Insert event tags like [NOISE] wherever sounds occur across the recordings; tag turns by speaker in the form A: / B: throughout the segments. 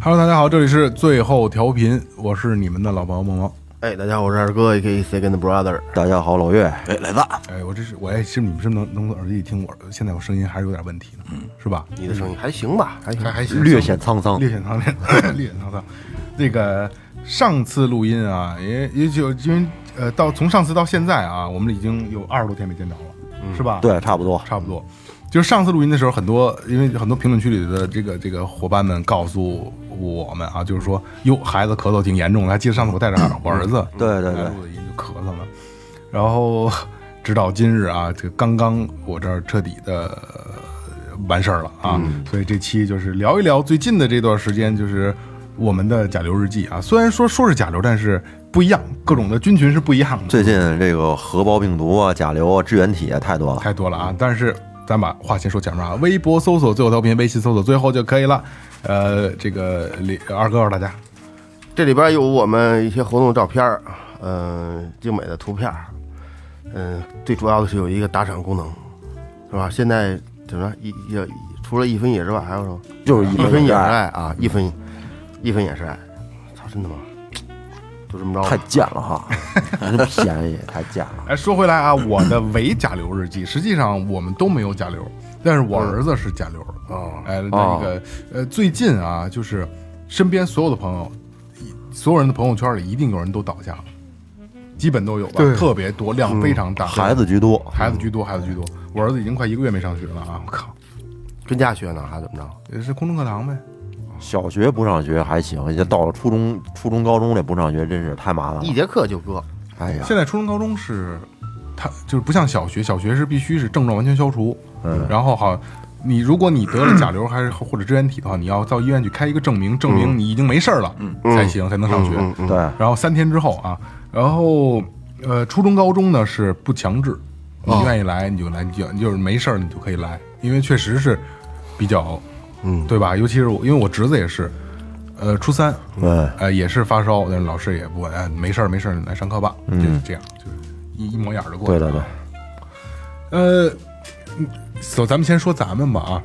A: Hello，大家好，这里是最后调频，我是你们的老朋友梦毛。
B: 哎，大家好，我是二哥，A.K.A. Second Brother。
C: 大家好，老岳，
D: 哎，来吧，
A: 哎，我这是我哎，是你们是不是能能从耳机里听我？现在我声音还是有点问题的，嗯，是吧？
B: 你的声音还行吧？还还还行。
C: 略显沧桑。
A: 略显苍凉，略显沧桑。 [LAUGHS] 那个上次录音啊，也也就因为呃，到从上次到现在啊，我们已经有二十多天没见着了，
B: 嗯
A: 是吧？，
C: 对，差不多。
A: 差不多。就是上次录音的时候，很多因为很多评论区里的这个这个伙伴们告诉我们啊，就是说，哟，孩子咳嗽挺严重的，还记得上次我带着我儿
B: 嗯
A: 子，
C: 对对对
A: 录的音就咳嗽了，然后 [LAUGHS] 直到今日啊，这刚刚我这儿彻底的完事儿了啊，
C: 嗯
A: 所以这期就是聊一聊最近的这段时间，就是我们的甲流日记啊。虽然说说是甲流，但是不一样，各种的菌群是不一样的，
C: 最近这个核包病毒啊、甲流啊、支原体啊太多了。
A: 太多了啊！但是咱把话先说前面啊，微博搜索最后调频，微信搜索最后就可以了。呃，这个李二哥告诉大家，
B: 这里边有我们一些活动照片儿，嗯、精美的图片儿，嗯、最主要的是有一个打赏功能，是吧？现在怎么着？一也除了一分也是吧？还有什么？
C: 就是一
B: 一
C: 分
B: 分也
C: 也是
B: 是爱啊！一分，一分也是爱。操，真的吗？就这么着吧。
C: 太贱了 [LAUGHS] 哈，真便宜，太贱了。
A: 哎，说回来 [COUGHS] 啊，我的伪甲流日记，实际上我们都没有甲流，但是我儿子是甲流的
B: 哦
A: 哎，那个呃，最近啊，就是身边所有的朋友，一所有人的朋友圈里一定有人都倒下了，基本都有吧，特别多，量非常大，
C: 孩子居多，
A: 嗯孩子居多，孩子居多。我儿子已经快一个月没上学了啊！我靠，
B: 跟家学呢，还怎么着？
A: 也是空中课堂呗。
C: 小学不上学还行，这到了初中、初中、高中这不上学真是太麻烦
B: 一
C: 了。
B: 节课就割。
C: 哎呀，
A: 现在初中、高中是，它就是不像小学，小学是必须是症状完全消除，嗯，然后好，你如果你得了甲流还是或者支原体的话，你要到医院去开一个证明，证明你已经没事儿了，嗯，才行才能上学，
B: 嗯嗯
C: 对，
A: 然后三天之后啊，然后呃，初中、高中呢是不强制，你愿意来你就来，你就你就是没事儿你就可以来，因为确实是比较，
B: 嗯
A: 对吧？尤其是我，因为我侄子也是，呃，初三，
C: 嗯，
A: 呃，也是发烧，但是老师也不管，哎没事儿没事儿，你来上课吧，
B: 嗯
A: 就是这样，就是一一抹眼儿就过
C: 对
A: 去了。
C: 对对，
A: 呃，走，咱们先说咱们吧啊，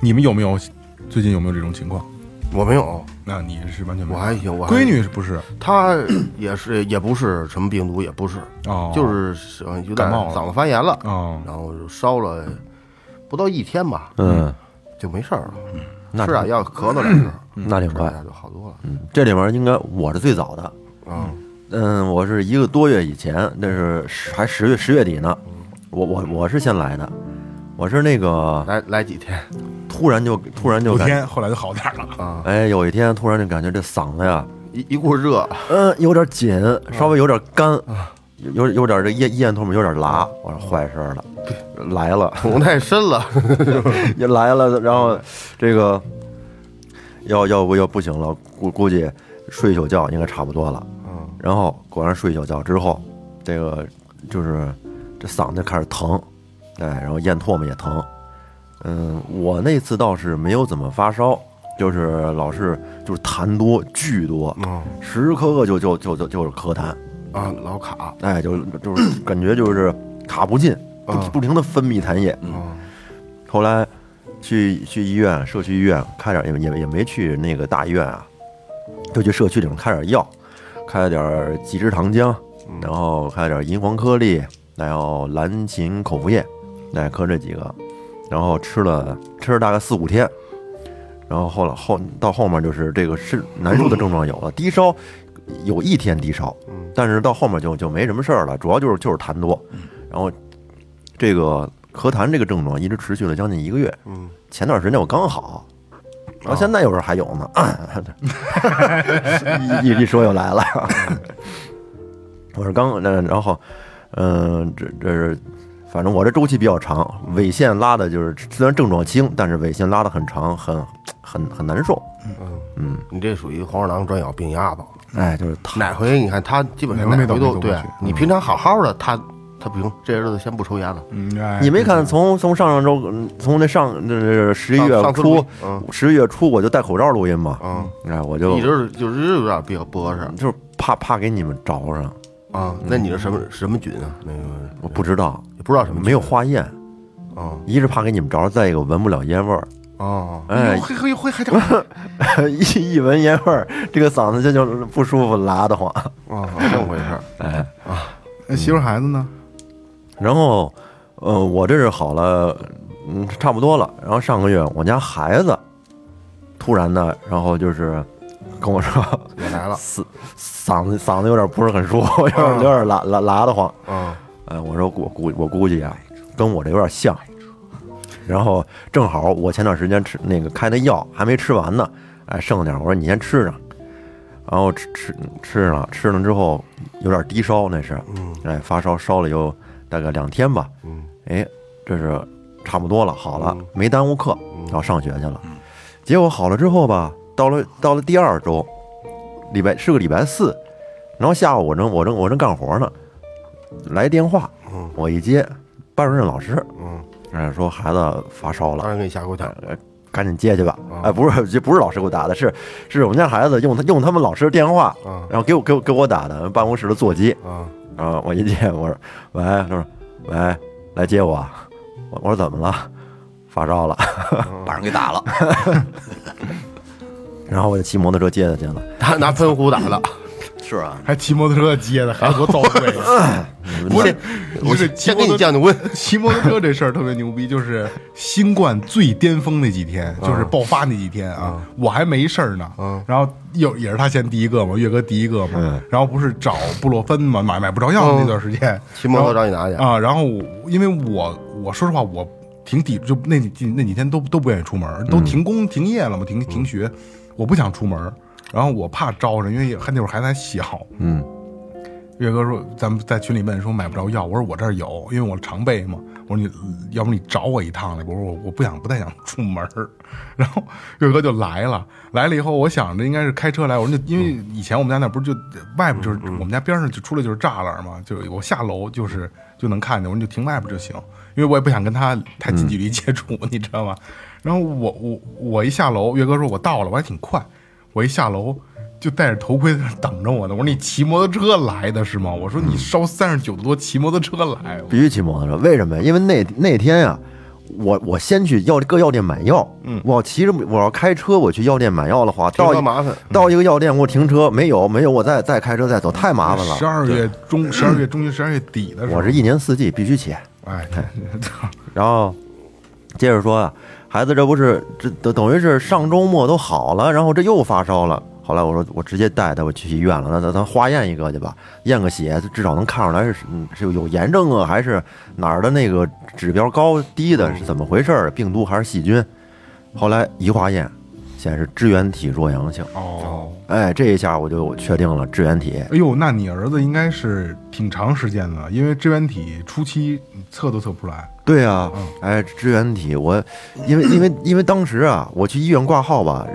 A: 你们有没有最近有没有这种情况？
B: 我没有，
A: 那你是完全没有。
B: 我还行我还
A: 闺女是不是？
B: 他也是也不是什么病毒，也不是，
A: 哦
B: 就是呃有点
A: 感冒了
B: 嗓子发炎了，
A: 哦
B: 然后就烧了不到一天吧，
C: 嗯，啊
B: 就没事儿了。
C: 那嗯
B: 吃点药咳嗽两声，
C: 那挺
B: 吃
C: 快嗯
B: 点。药就好多了。
C: 这里面应该我是最早的，
B: 嗯，
C: 嗯，我是一个多月以前，那是十还十月十月底呢，我我我是先来的，我是那个
B: 来来几天
C: 突然就突然就
A: 有
C: 感，
A: 天后来就好点儿了。
B: 啊，
C: 哎，有一天突然就感觉这嗓子呀，
B: 一一股热，
C: 嗯，有点紧，稍微有点干，
A: 啊
C: 有有点这咽咽唾沫有点拉，我说坏事儿了，来了。 [LAUGHS]
B: 捅太深了。
C: 也来了，然后这个要要不要不行了，估估计睡一宿觉应该差不多了。
B: 嗯，
C: 然后果然睡一宿觉之后，这个就是这嗓子开始疼，哎，然后咽唾沫也疼。嗯，我那次倒是没有怎么发烧，就是老是就是痰多巨多，
B: 嗯
C: 时时刻刻就就就就就是咳痰，
B: 啊，老卡
C: 哎，就就是感觉就是卡不进，不
B: 啊
C: 不停的分泌痰液。
B: 啊，
C: 后来去去医院，社区医院开点儿也也也没去那个大医院啊，就去社区里面开点儿药，开了点儿几枝糖浆，然后开了点儿银黄颗粒，然后蓝芩口服液，哎，磕这几个，然后吃了吃了大概四五天，然后后来后到后面就是这个是难受的症状有了，低烧有一天低烧，但是到后面就就没什么事儿了，主要就是就是痰多，然后这个咳痰这个症状一直持续了将近一个月，
B: 嗯，
C: 前段时间我刚好。然后现在有时候还有呢， [LAUGHS] 一一一说又来了，我是刚，那然后，嗯、这这是，反正我这周期比较长，尾线拉的就是虽然症状轻，但是尾线拉的很长，很很很难受。
B: 你这属于黄鼠狼专咬病鸭子。
C: 哎，就是他
B: 哪回你看他基本上
A: 哪回没
B: 回
A: 倒霉
B: 都
A: 都
B: 对
A: 过去
B: 你平常好好的，他他不行，这日子先不抽烟了。
A: 嗯，哎
C: 你没看从从上上周，嗯从那上那十一
B: 上
C: 月
B: 上次录
C: 初
B: 音嗯，
C: 十一月初我就戴口罩录音嘛，
B: 嗯，
C: 哎，我就
B: 你这是就是有点别不合适
C: 就是怕怕给你们着上，
B: 啊。那你是什么什么菌啊？那个
C: 我不知道，
B: 也不知道什么菌
C: 没有化验，
B: 啊
C: 一是怕给你们着，再一个闻不了烟味儿， [LAUGHS]
B: 啊
A: 哎呦
C: 哎，
A: 会会会还长，
C: 一一闻烟味儿，这个嗓子这就不舒服，拉得慌。
B: 啊，这么回事儿。
C: 哎，
A: 那媳妇儿孩子呢？
C: 然后，呃，我这是好了，嗯，差不多了。然后上个月我家孩子突然的，然后就是跟我说，
B: 也来了
C: 嗓嗓子嗓子有点不是很舒服，有 [LAUGHS] 点有点拉拉拉得慌。
B: 啊
C: 呃，我说我估我估计啊，跟我这有点像。然后正好我前段时间吃那个开的药还没吃完呢，哎，剩了点儿，我说你先吃着。然后吃吃吃了吃了之后有点低烧，那是，哎，发烧烧了有大概两天吧，
B: 嗯
C: 哎，这是差不多了，好了，没耽误课，
B: 嗯
C: 然后上学去了。结果好了之后吧，到了到了第二周，礼拜是个礼拜四，然后下午我正我正我正干活呢，来电话，我一接，班主任老师，
B: 嗯，哎
C: 哎，说孩子发烧
B: 当
C: 了，
B: 然给你吓够呛。
C: 呃赶紧接去吧。哎，不是， [LAUGHS] 这不是老师给我打的，是是我们家孩子用他用他们老师的电话，
B: 嗯
C: 然后给我给我给我打的，办公室的座机。
B: 啊
C: 然后我一接，我说喂，他说喂，来接我啊。我我说怎么了？发烧了。 [LAUGHS]
D: 把人给打了。
C: 然后我就骑摩托车接他去了。
B: 他拿喷壶打
A: [LAUGHS]
B: 的，
D: 是啊，
A: 还骑摩托车接的，还给我遭
B: [LAUGHS]
A: 罪了。不是，不是骑
B: 先给
A: 摩
B: 你
A: 托
B: 降降温。
A: [LAUGHS] 骑摩托车这事儿特别牛逼，就是新冠最巅峰那几天，就是爆发那几天啊，我还没事儿呢。然后又也是他先第一个嘛，岳哥第一个嘛。然后不是找布洛芬嘛，买买不着药那段时间，
B: 骑摩托找你拿去
A: 然后啊。然后我因为我我说实话我挺抵，就那几那几天都都不愿意出门，都停工停业了嘛，停停学，我不想出门。然后我怕招着，因为也还那会儿孩子还小，
C: 嗯，
A: 岳哥说，咱们在群里问说买不着药，我说我这儿有，因为我常备嘛。我说你，要不你找我一趟来？我说我我不想不太想出门儿。 [LAUGHS] 然后岳哥就来了，来了以后，我想着应该是开车来。我说那因为以前我们家那不是就外边就是我们家边上就出来就是栅栏嘛，就我下楼就是就能看见，我说你就停外边就行，因为我也不想跟他太近距离接触， [LAUGHS] 你知道吗？然后我我我一下楼，岳哥说我到了，我还挺快，我一下楼。就戴着头盔在那儿等着我呢。我说 [LAUGHS] 你骑摩托车来的是吗？我
C: 嗯
A: 说你烧三十九度多，骑摩托车来。
C: 必须骑摩托车。为什么呀？因为那那天呀、我我先去药各药店买药，嗯，我要骑着我要开车我去药店买药的话，
B: 停车
C: 到一
B: 麻烦
C: 到一个药店我停车没有没有，我再再开车再走，太麻烦
A: 十
C: 了。
A: 二月中、十二月中旬、十二月底的时候，
C: 我是一年四季必须骑。 [LAUGHS]
A: 哎，
C: 然后接着说啊，孩子这不是这等等于是上周末都好了，然后这又发烧了。后来我说我直接带他我去医院了，那那咱化验一个去吧，验个血，至少能看出来是嗯是有炎症啊，还是哪儿的那个指标高低的，是怎么回事儿？病毒还是细菌？后来一化验，显示支原体弱阳性。
A: 哦，
C: 哎，这一下我就确定了支原体。
A: 哎呦，那你儿子应该是挺长时间了，因为支原体初期测都测不出来。
C: 对啊，哎，支原体，我因为因为因为当时啊，我去医院挂号吧，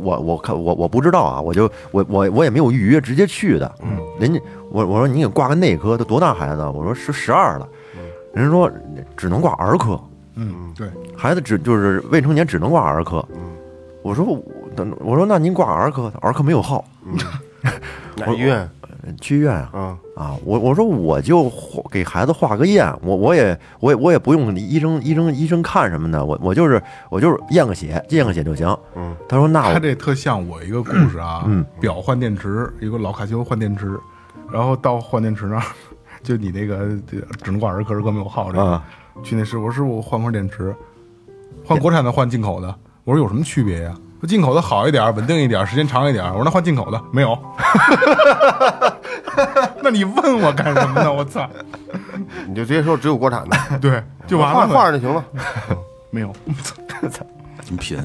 C: 我我看我我不知道啊，我就我我我也没有预约，直接去的。嗯，人家我我说你给挂个内科，他多大孩子啊？我说是十二了，人家说只能挂儿科，
A: 嗯，对，
C: 孩子只就是未成年只能挂儿科。嗯，我说我等我说那您挂儿科，儿科没有号，
B: 哪医院
C: 去医院啊。
B: 啊？
C: 啊，我我说我就化给孩子化个验，我我也我也我也不用医生医生医生看什么的，我我就是我就是验个血，验个血就行。
B: 嗯，
C: 他说那
A: 他
C: 我
A: 这特像我一个故事啊，
C: 嗯
A: 表换电池，一个老卡西欧换电池，然后到换电池那儿，就你那个只能挂儿科，儿科没有号这个，
C: 啊
A: 去那师傅我说师傅我换块电池，换国产的换进口的，我说有什么区别呀、说进口的好一点，稳定一点，时间长一点。我说那换进口的没有， [LAUGHS] 那你问我干什么呢？我操！
B: 你就直接说只有国产的，
A: 对， [LAUGHS] 就完了
B: 换
A: 呗。
B: 换上就行了。
A: 没有，
D: 真贫。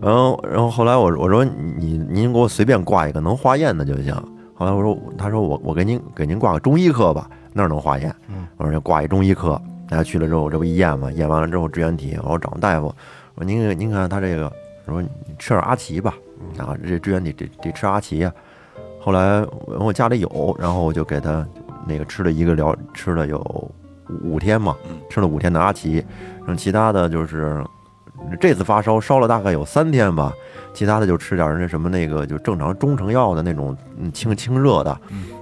C: 然后然后后来我我说你您给我随便挂一个能化验的就行。后来我说他说我我给您给您挂个中医科吧，那儿能化验。我说就挂一中医科，然后去了之后这不一验嘛，验完了之后支原体，然后找大夫我说您您看他这个，我说你吃点阿奇吧，啊，这志愿得得得吃阿奇呀、后来我我家里有，然后我就给他那个吃了一个疗，吃了有五五天嘛，吃了五天的阿奇，然后其他的就是这次发烧烧了大概有三天吧，其他的就吃点儿那什么那个就正常中成药的那种嗯清清热的，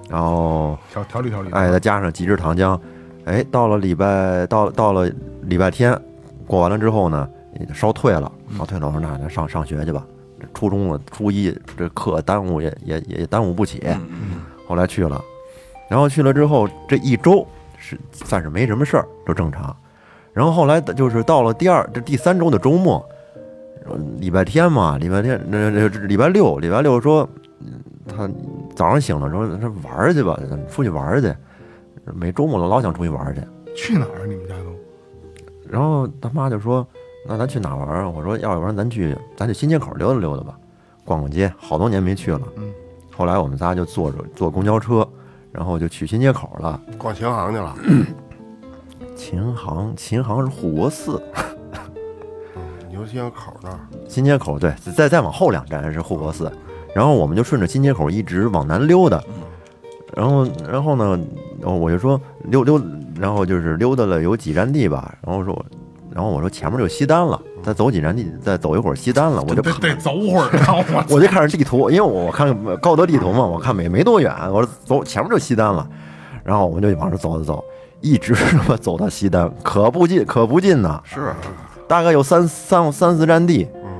C: 然后
A: 调调理调理。
C: 哎，再加上几支糖浆，哎，到了礼拜到到了礼拜天，过完了之后呢，烧退了，烧退了，我说那那上上学去吧，这初中了，初一这课耽误也也也也耽误不起，嗯后来去了，然后去了之后这一周是算是没什么事儿，就正常，然后后来就是到了第二这第三周的周末，呃礼拜天嘛，礼拜天那那礼拜六礼拜六说。嗯他早上醒了之后，说玩儿去吧，咱们出去玩儿去。每周末老老想出去玩儿去。
A: 去哪儿啊？你们家都？
C: 然后他妈就说：“那咱去哪儿玩儿啊？”我说：“要不然咱去咱去新街口溜达溜达吧，逛逛街，好多年没去了。”
A: 嗯。
C: 后来我们仨就坐着坐公交车，然后就去新街口了。
B: 逛琴行去了，
C: 琴行，琴行是护国寺，
B: 牛街口那儿，
C: 新街口对，再再往后两站是护国寺，然后我们就顺着新街口一直往南溜达，然后然后呢，然后我就说溜溜，然后就是溜达了有几站地吧，然后说，然后我说前面就西单了，再走几站地，再走一会儿西单了，我就
A: 得得走会儿啊！我
C: [LAUGHS] 我就看着地图，因为我我看高德地图嘛，我看没没多远，我说走前面就西单了，然后我们就往这走走走，一直 [LAUGHS] 他妈走到西单，可不近可不近呐，
B: 是
C: 大概有三三三四站地，
B: 嗯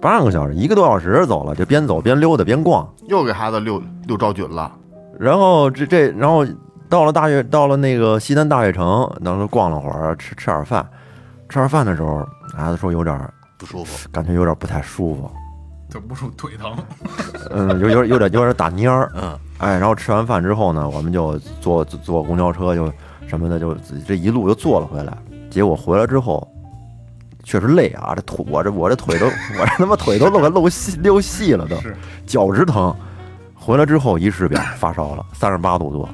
C: 半个小时一个多小时走了，就边走边溜达边逛，
B: 又给孩子溜溜招菌了，
C: 然后这这然后到了大悦到了那个西单大悦城，然后逛了会儿，吃吃点饭，吃点饭的时候，孩子说有点儿
D: 不舒服，
C: 感觉有点儿不太舒服，
A: 走不住腿疼。
C: 嗯，有有点有点有点打蔫儿，
D: 嗯，
C: 哎，然后吃完饭之后呢，我们就坐坐坐公交车就什么的，就这一路就坐了回来。结果回来之后，确实累啊，这腿我这我这腿都我这他妈腿都露露细溜细了都
A: 是，
C: 脚直疼。回来之后一试表发烧了，三十八度多，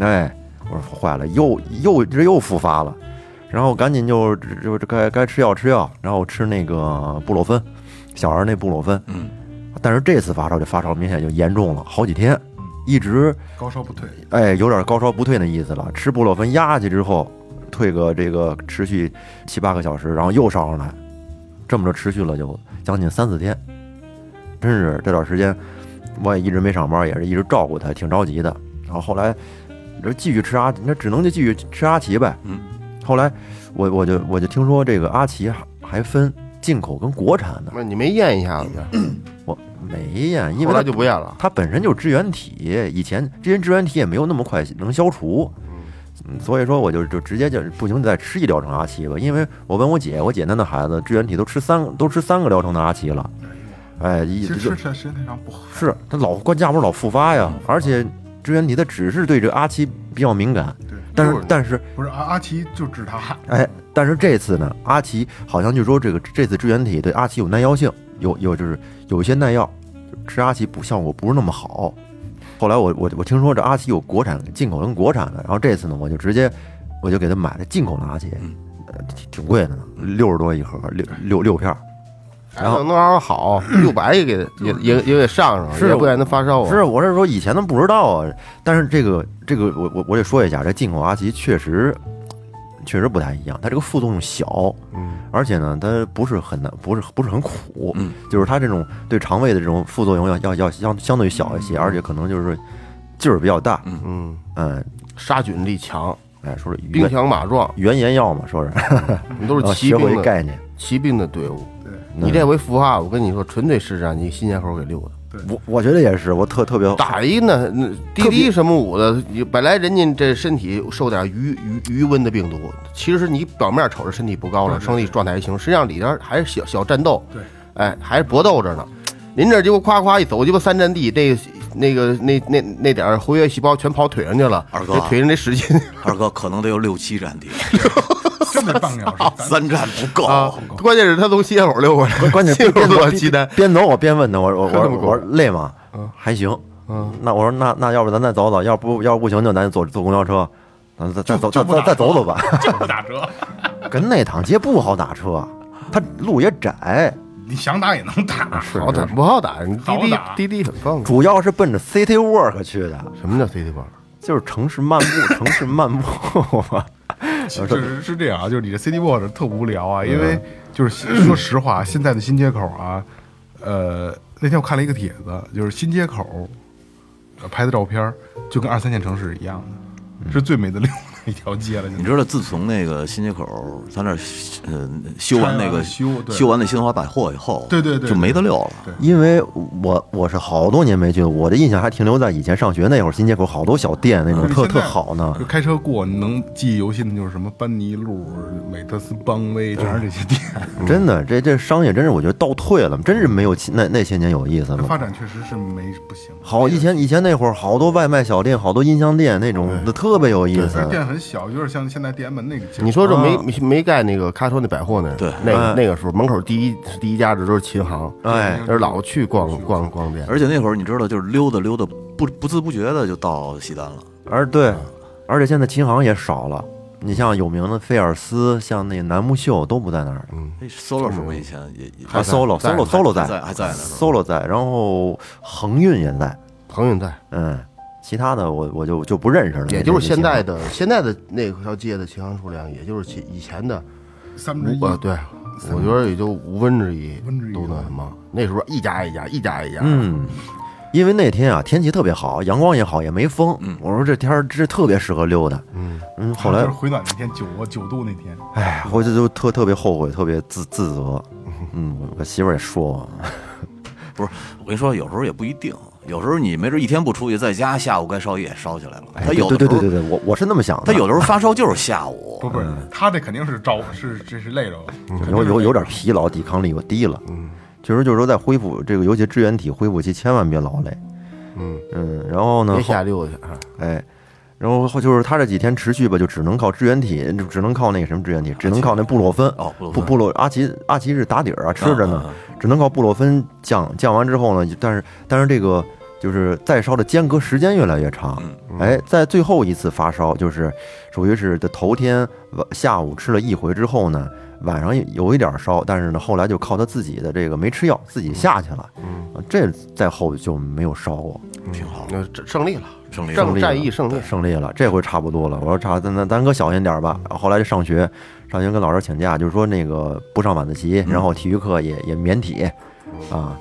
C: 哎，我说坏了，又又这又复发了，然后赶紧就就就该该吃药吃药，然后吃那个布洛芬，小孩那布洛芬，
D: 嗯，
C: 但是这次发烧就发烧明显就严重了，好几天，一直
A: 高烧不退，
C: 哎有点高烧不退那意思了，吃布洛芬压下去之后，退个这个持续七八个小时，然后又烧上来，这么着持续了有将近三四天，真是这段时间我也一直没上班，也是一直照顾他，挺着急的。然后后来这继续吃阿，那只能就继续吃阿奇呗。
D: 嗯，
C: 后来我我就我就听说这个阿奇还还分进口跟国产的，
B: 那你没验一下子
A: 嗯
B: 去？
C: 我没呀，因为
B: 后
C: 它
B: 来就不验了，
C: 它本身就是支原体，以前这些支原体也没有那么快能消除，嗯，所以说我就就直接就不行，再吃一疗程阿奇吧，因为我问我姐，我姐那那孩子支原体都吃三都吃三个疗程的阿奇了，哎，一
A: 其实
C: 就是
A: 时间太长不好。
C: 是他老关架不是老复发呀，而且支原体它只是对这个阿奇比较敏感，
A: 对，
C: 但是
B: 就是
C: 但是
A: 不是阿阿奇就治他，
C: 哎，但是这次呢，阿奇好像就说这个这次支原体对阿奇有耐药性，有有就是有一些耐药，吃阿奇不效果不是那么好。后来我我我听说这阿奇有国产、进口跟国产的，然后这次呢，我就直接我就给他买了进口的阿奇，呃挺挺贵的呢，六十多一盒，六六六片儿。然
B: 然
C: 后
B: 后能好好，
A: 嗯
B: 六百也给也也也给上上，
C: 是
B: 也不然他发烧啊。
C: 是，我是说以前他们不知道啊，但是这个这个我我我得说一下，这进口阿奇确实确实不太一样，它这个副作用小，
B: 嗯，
C: 而且呢，它不是很难，不是不是很苦，
D: 嗯，
C: 就是它这种对肠胃的这种副作用要要要相相对小一些，而且可能就是劲儿比较大，嗯
B: 嗯，杀菌力强，
C: 哎，说是
B: 兵
C: 原
B: 强马
A: 哦
B: 壮，
C: 原研药嘛，说是，
B: 你都
C: 啊
B: 是骑
C: [LAUGHS] 学过
B: 兵
C: 一
B: 的
C: 概念，
B: 骑兵的队伍。
A: 对
B: 你这回孵化，我跟你说，纯粹是让你新街口给溜的。
C: 我我觉得也是，我特特别
B: 打一呢，那滴滴什么舞的，你本来人家这身体受点余余余温的病毒，其实你表面瞅着身体不高了，生理状态还行，实际上里边还是小小战斗，
A: 对，
B: 哎，还是搏斗着呢。您这结果夸夸一走，鸡巴三站地，这那个那那那点儿活跃细胞全跑腿上去了，
D: 二哥
B: 这腿上这使劲，
D: 二哥可能得有六七站地，
A: 真的半个小时。咱
D: 三站不够。
B: 啊，关键是他从歇口溜回来，
C: [LAUGHS] 关键
B: 歇
C: 边边
B: 口溜
C: 走
B: 到西单，
C: 边走我边问他，我说我
B: 这
C: 我
B: 么
C: 我
B: 狗
C: 说累吗？还行。嗯，那我说那那要不咱再走走，要不要不行就咱就坐坐公交车，咱再再走再再再走走吧。 [LAUGHS]
A: 就不打折，
C: 跟那趟街不好打车，它路也窄，
A: 你想打也能打，
B: 好打不好打？你滴
A: 好
B: 滴
A: 打
B: 滴滴很放松。
C: 主要是奔着 city walk 去的，
B: 什么叫 city bar？
C: 就是城市漫步，城市漫步嘛。 [LAUGHS]
A: 其实 [LAUGHS] 是这样啊，就是你这 City Watch 特无聊
C: 嗯
A: 啊，因为就是
C: [CLEARS THROAT]
A: 说实话，现在的新街口啊，呃，那天我看了一个帖子，就是新街口呃拍的照片儿就跟二三线城市一样
C: 嗯
A: 的，是最美的溜 [LAUGHS] 达一条街了。现
D: 你
A: 在
D: 知道，自从那个新街口咱那儿呃修完那个
A: 拆完了修对
D: 完那新华百货以后，
A: 对对对
D: 就没得溜了。
A: 对
C: 因为我我是好多年没去，我的印象还停留在以前上学那会儿，新街口好多小店那种
A: 就是
C: 特
A: 嗯现在
C: 特好呢
A: 就。开车过，你能记忆犹新的就是什么班尼路、美特斯邦威，全是这些店。 [LAUGHS]
C: 真的，这这商业真是我觉得倒退了，真是没有其那那些年有意思
A: 发
C: 了。
A: 展确实是没不行，
C: 好，以前以前那会儿，好多外卖小店，好多音像店那种的，特别有意
A: 但是
C: 思。
A: 店很小，有点像现在地安门那个街。
B: 你说这没没没盖那个开说那百货那
D: 对
B: 那个那个时候门口第一第一家这都是琴行，
C: 哎，
B: 那老去逛逛逛店。
D: 而且那会儿你知道，就是溜达溜达，不不知不觉的就到西单了。
C: 而对，而且现在琴行也少了。你像有名的菲尔斯，像那南木秀都不在那儿了，
D: 那 solo 时候以前也也啊
C: 还 solo
D: 在
C: solo solo
D: 还
C: 在
D: 还在呢。
C: solo 在，然后恒运也在，
B: 朋友在，
C: 嗯，其他的我我就就不认识了。
B: 也就是现在
C: 的
B: 的现在的那条街的琴行数量，也就是其以前的
A: 三分之一
B: 五呃对，我觉得也就五分之一
A: 分之一
B: 都那什么。那时候一家一家一家一家，
C: 嗯，因为那天啊天气特别好，阳光也好，也没风。
D: 嗯
C: 我说这天儿这特别适合溜达。嗯后来
A: 就是回暖那天九啊九度那天，
C: 哎，我就就特特别后悔，特别自自责。嗯，我我媳妇儿也说我，
D: 不是，我跟你说，有时候也不一定，有时候你没准一天不出去，在家下午该烧也烧起来了。
C: 哎
D: 他有
C: 对
D: 的
C: 对
D: 时候
C: 对对，对，我我是那么想的。
D: 他有的时候发烧就是下午
A: 不。不，他这肯定是招是这是累着了，
C: 有嗯有有点疲劳，抵抗力又低了。嗯，确实就是说在恢复这个，尤其支原体恢复期，千万别劳累。
B: 嗯
C: 嗯，然后呢
B: 别，瞎溜达去啊。
C: 哎，然后后就是他这几天持续吧，就只能靠支原体，就只能靠那个什么支原体，只能靠那布洛芬。
D: 哦布洛
C: 布
D: 芬
C: 布洛阿奇阿奇是打底儿啊，吃着呢，
D: 啊啊
C: 只能靠布洛芬降降完之后呢，但是但是这个就是再烧的间隔时间越来越长。
B: 嗯
C: 哎，在最后一次发烧，就是属于是的头天晚下午吃了一回之后呢，晚上有一点烧，但是呢，后来就靠他自己的这个没吃药，自己下去了。嗯，这再后就没有烧过。
D: 挺好，
B: 那这胜利了，
D: 胜利了
B: 战战役胜利
C: 对，胜利了，这回差不多了。我说差，咱咱咱哥小心点儿吧。后来就上学，上学跟老师请假，就是说那个不上晚自习，
D: 嗯
C: 然后体育课也也免体，啊。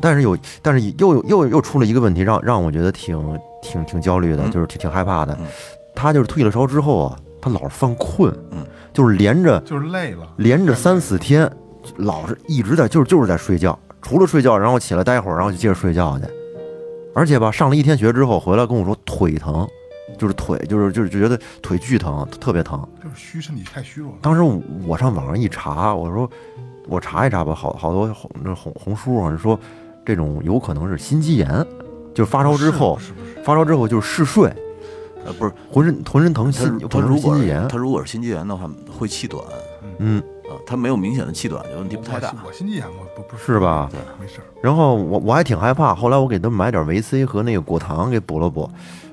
C: 但是有，但是又又又出了一个问题，让让我觉得挺挺挺焦虑的，就是挺挺害怕的
D: 嗯。
C: 他就是退了烧之后啊，他老是犯困
D: 嗯，
C: 就是连着
A: 就是累了。
C: 连着三四天，老是一直在就是就是在睡觉，除了睡觉，然后起来待会儿，然后就接着睡觉去。而且吧，上了一天学之后回来跟我说腿疼，就是腿就是就是觉得腿巨疼，特别疼。
A: 就是虚，身体太虚弱了。
C: 当时我上网上一查，我说我查一查吧，好好多红那红红书上说这种有可能是心肌炎，就是发烧之后
A: 是不是
C: 发烧之后就是嗜睡，
D: 呃，不是
C: 浑身浑身疼
D: 他
C: 心，有
D: 他
C: 可能
D: 如
C: 是
D: 果
C: 心肌炎
D: 他。如果是心肌炎的话，会气短
C: 嗯，
D: 啊，他没有明显的气短，就问题不太大。
A: 我心肌炎我不不
C: 是吧？
A: 没事儿，
C: 然后我我还挺害怕，后来我给他们买点维 C 和那个果糖给补了补，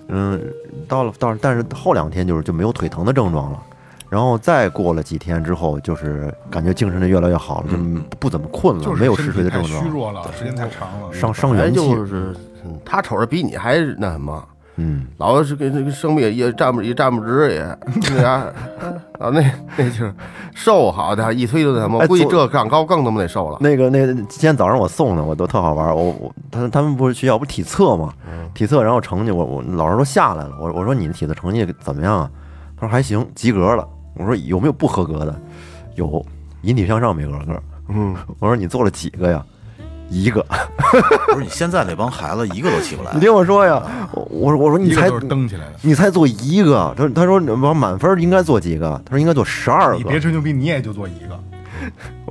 C: 嗯，到了到了，但是后两天就是就没有腿疼的症状了，然后再过了几天之后，就是感觉精神就越来越好了，就不怎么困了，
A: 嗯就是
C: 嗯没有
A: 身
C: 嗜
A: 体
C: 睡的
A: 太
C: 症
A: 虚
C: 状，
A: 弱了，时间太长了。
C: 伤伤
B: 本来
C: 元气，
B: 哎就是嗯他瞅着比你还那什么。
C: 嗯，
B: 老是跟跟生病也站不也站不直也那啥，啊那那就是瘦好的，一推就那什么，
C: 哎
B: 我估计
C: 昨
B: 这长高更他妈得瘦了。
C: 那个那个今天早上我送的，我都特好玩儿。我我他他们不是学校不是体测嘛，
A: 嗯
C: 体测然后成绩我我老师都下来了，我我说你的体测成绩怎么样啊？他说还行，及格了。我说有没有不合格的？有，引体向上没合格。 [LAUGHS]
B: 嗯，
C: 我说你做了几个呀？一个。 [LAUGHS]
D: 不是你现在那帮孩子一个都起不来
C: 你，听我说呀，我我说我说你
A: 一个
C: 才
A: 就是蹬起来了。
C: 你才做一个，他他说往满分应该做几个？他说应该做十二个。
A: 你别吹牛逼，你也就做一个，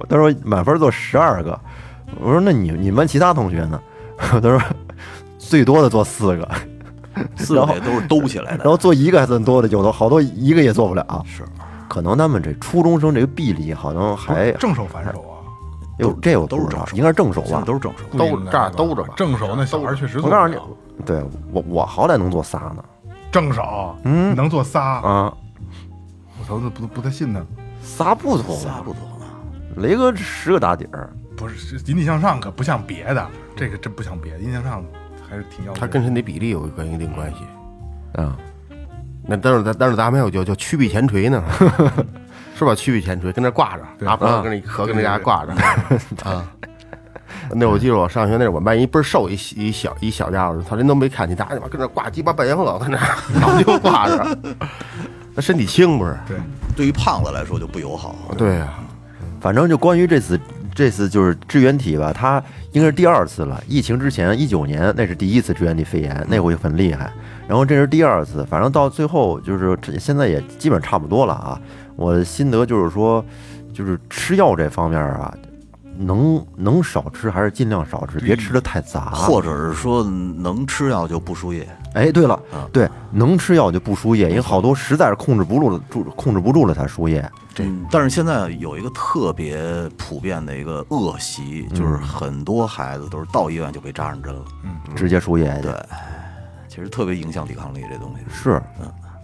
C: 他说满分做十二个，我说那你你们班其他同学呢？ [LAUGHS] 他说最多的做四个，
D: [LAUGHS] 四个也都是兜起来
C: [LAUGHS] 然后
D: 的。
C: 做一个还算多的，有的好多一个也做不了。
D: 是，
C: 可能他们这初中生这个臂力好像还
A: 正手反手啊，
C: 哟，这我不
D: 都是
C: 知道
D: 正手
C: 应该是正手
D: 现在
C: 吧？
D: 都是正手。
A: 不
C: 哎
A: 应该吧
B: 兜着兜着吧
A: 正手那小孩确实做
C: 我
A: 不了。
C: 告诉你，对我我好歹能做仨呢
A: 正手，
C: 嗯
A: 你能做仨，
C: 啊，
A: 我头都不不太信呢。
C: 仨不同
D: 仨
C: 啊，
D: 不同啊，
C: 雷哥十个打底儿，
A: 不是引体向上可不像别的，这个真不像别的，引体向上还是挺要
B: 它跟身体比例有跟一定关系。
C: 啊，
B: 那待会儿咱待会儿咱们还有叫叫曲臂前锤呢，是吧？曲臂前锤跟那挂着，
A: 对
B: 拿
C: 啊
B: 炮跟那和跟那家
A: 对对对
B: 挂着 [LAUGHS] 啊。那我记得我上学那会儿，我们班一倍儿瘦一一小一小家伙，他人都没看见，他他妈跟那挂鸡巴白杨老在那儿早就挂着，那身体轻不是？
A: 对，
D: 对于胖子来说就不友好。
B: 对啊呀、
C: 反正就关于这次这次就是支原体吧，它应该是第二次了。疫情之前一九年那是第一次支原体肺
D: 嗯
C: 炎，那回就很厉害。然后这是第二次，反正到最后就是这现在也基本差不多了啊。我的心得就是说，就是吃药这方面啊，能能少吃还是尽量少吃，别吃的太杂。
D: 嗯或者是说能吃药就不输液，
C: 哎，对了
D: 啊，
C: 对，能吃药就不输液，因为好多实在是控制不住了，住控制不住了才输液。
D: 嗯但是现在有一个特别普遍的一个恶习，就是很多孩子都是到医院就被扎上针了，
C: 直接输液去。
D: 嗯对其实特别影响抵抗力这东西。
C: 是，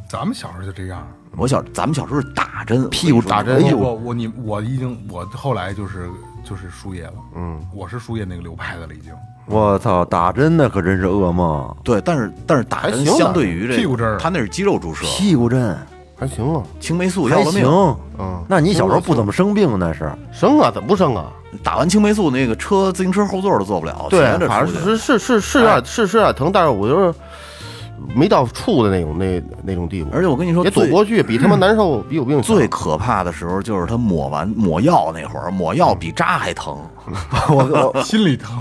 A: 咱们小时候就这样。
D: 我小咱们小时候是打针，
C: 屁股打针
D: 我跟你说
C: 呦
A: 我我你我已经我后来就是就是输液了，嗯，我是输液那个流派的了，已经。
C: 我操，打针那可真是噩梦。
D: 对，但是但是打
B: 还
D: 针
B: 行
D: 相对于这
A: 屁股针儿
D: 他那是肌肉注射，
C: 屁股针
B: 还行啊，
D: 青霉素要
C: 还
D: 了命。
C: 行，
B: 嗯，
C: 那你小时候不怎么生
D: [LAUGHS]
C: 病那是？
B: 生啊，怎么不生啊？
D: 打完青霉素，那个车自行车后座都坐不了，
B: 对啊
D: 全，着
B: 反
D: 哦出
B: 正
D: 去。
B: 是是是是有点是是有点疼，但是我就是没到怵的那种那那种地步，
D: 而且我跟你说，
B: 也躲
D: 最
B: 不过去，比他妈难受，比有病强
D: 最可怕的时候就是他抹完抹药那会儿，抹药比扎还疼。
B: 嗯
C: 我
D: 哦
A: [LAUGHS]
C: 我
A: 心里疼，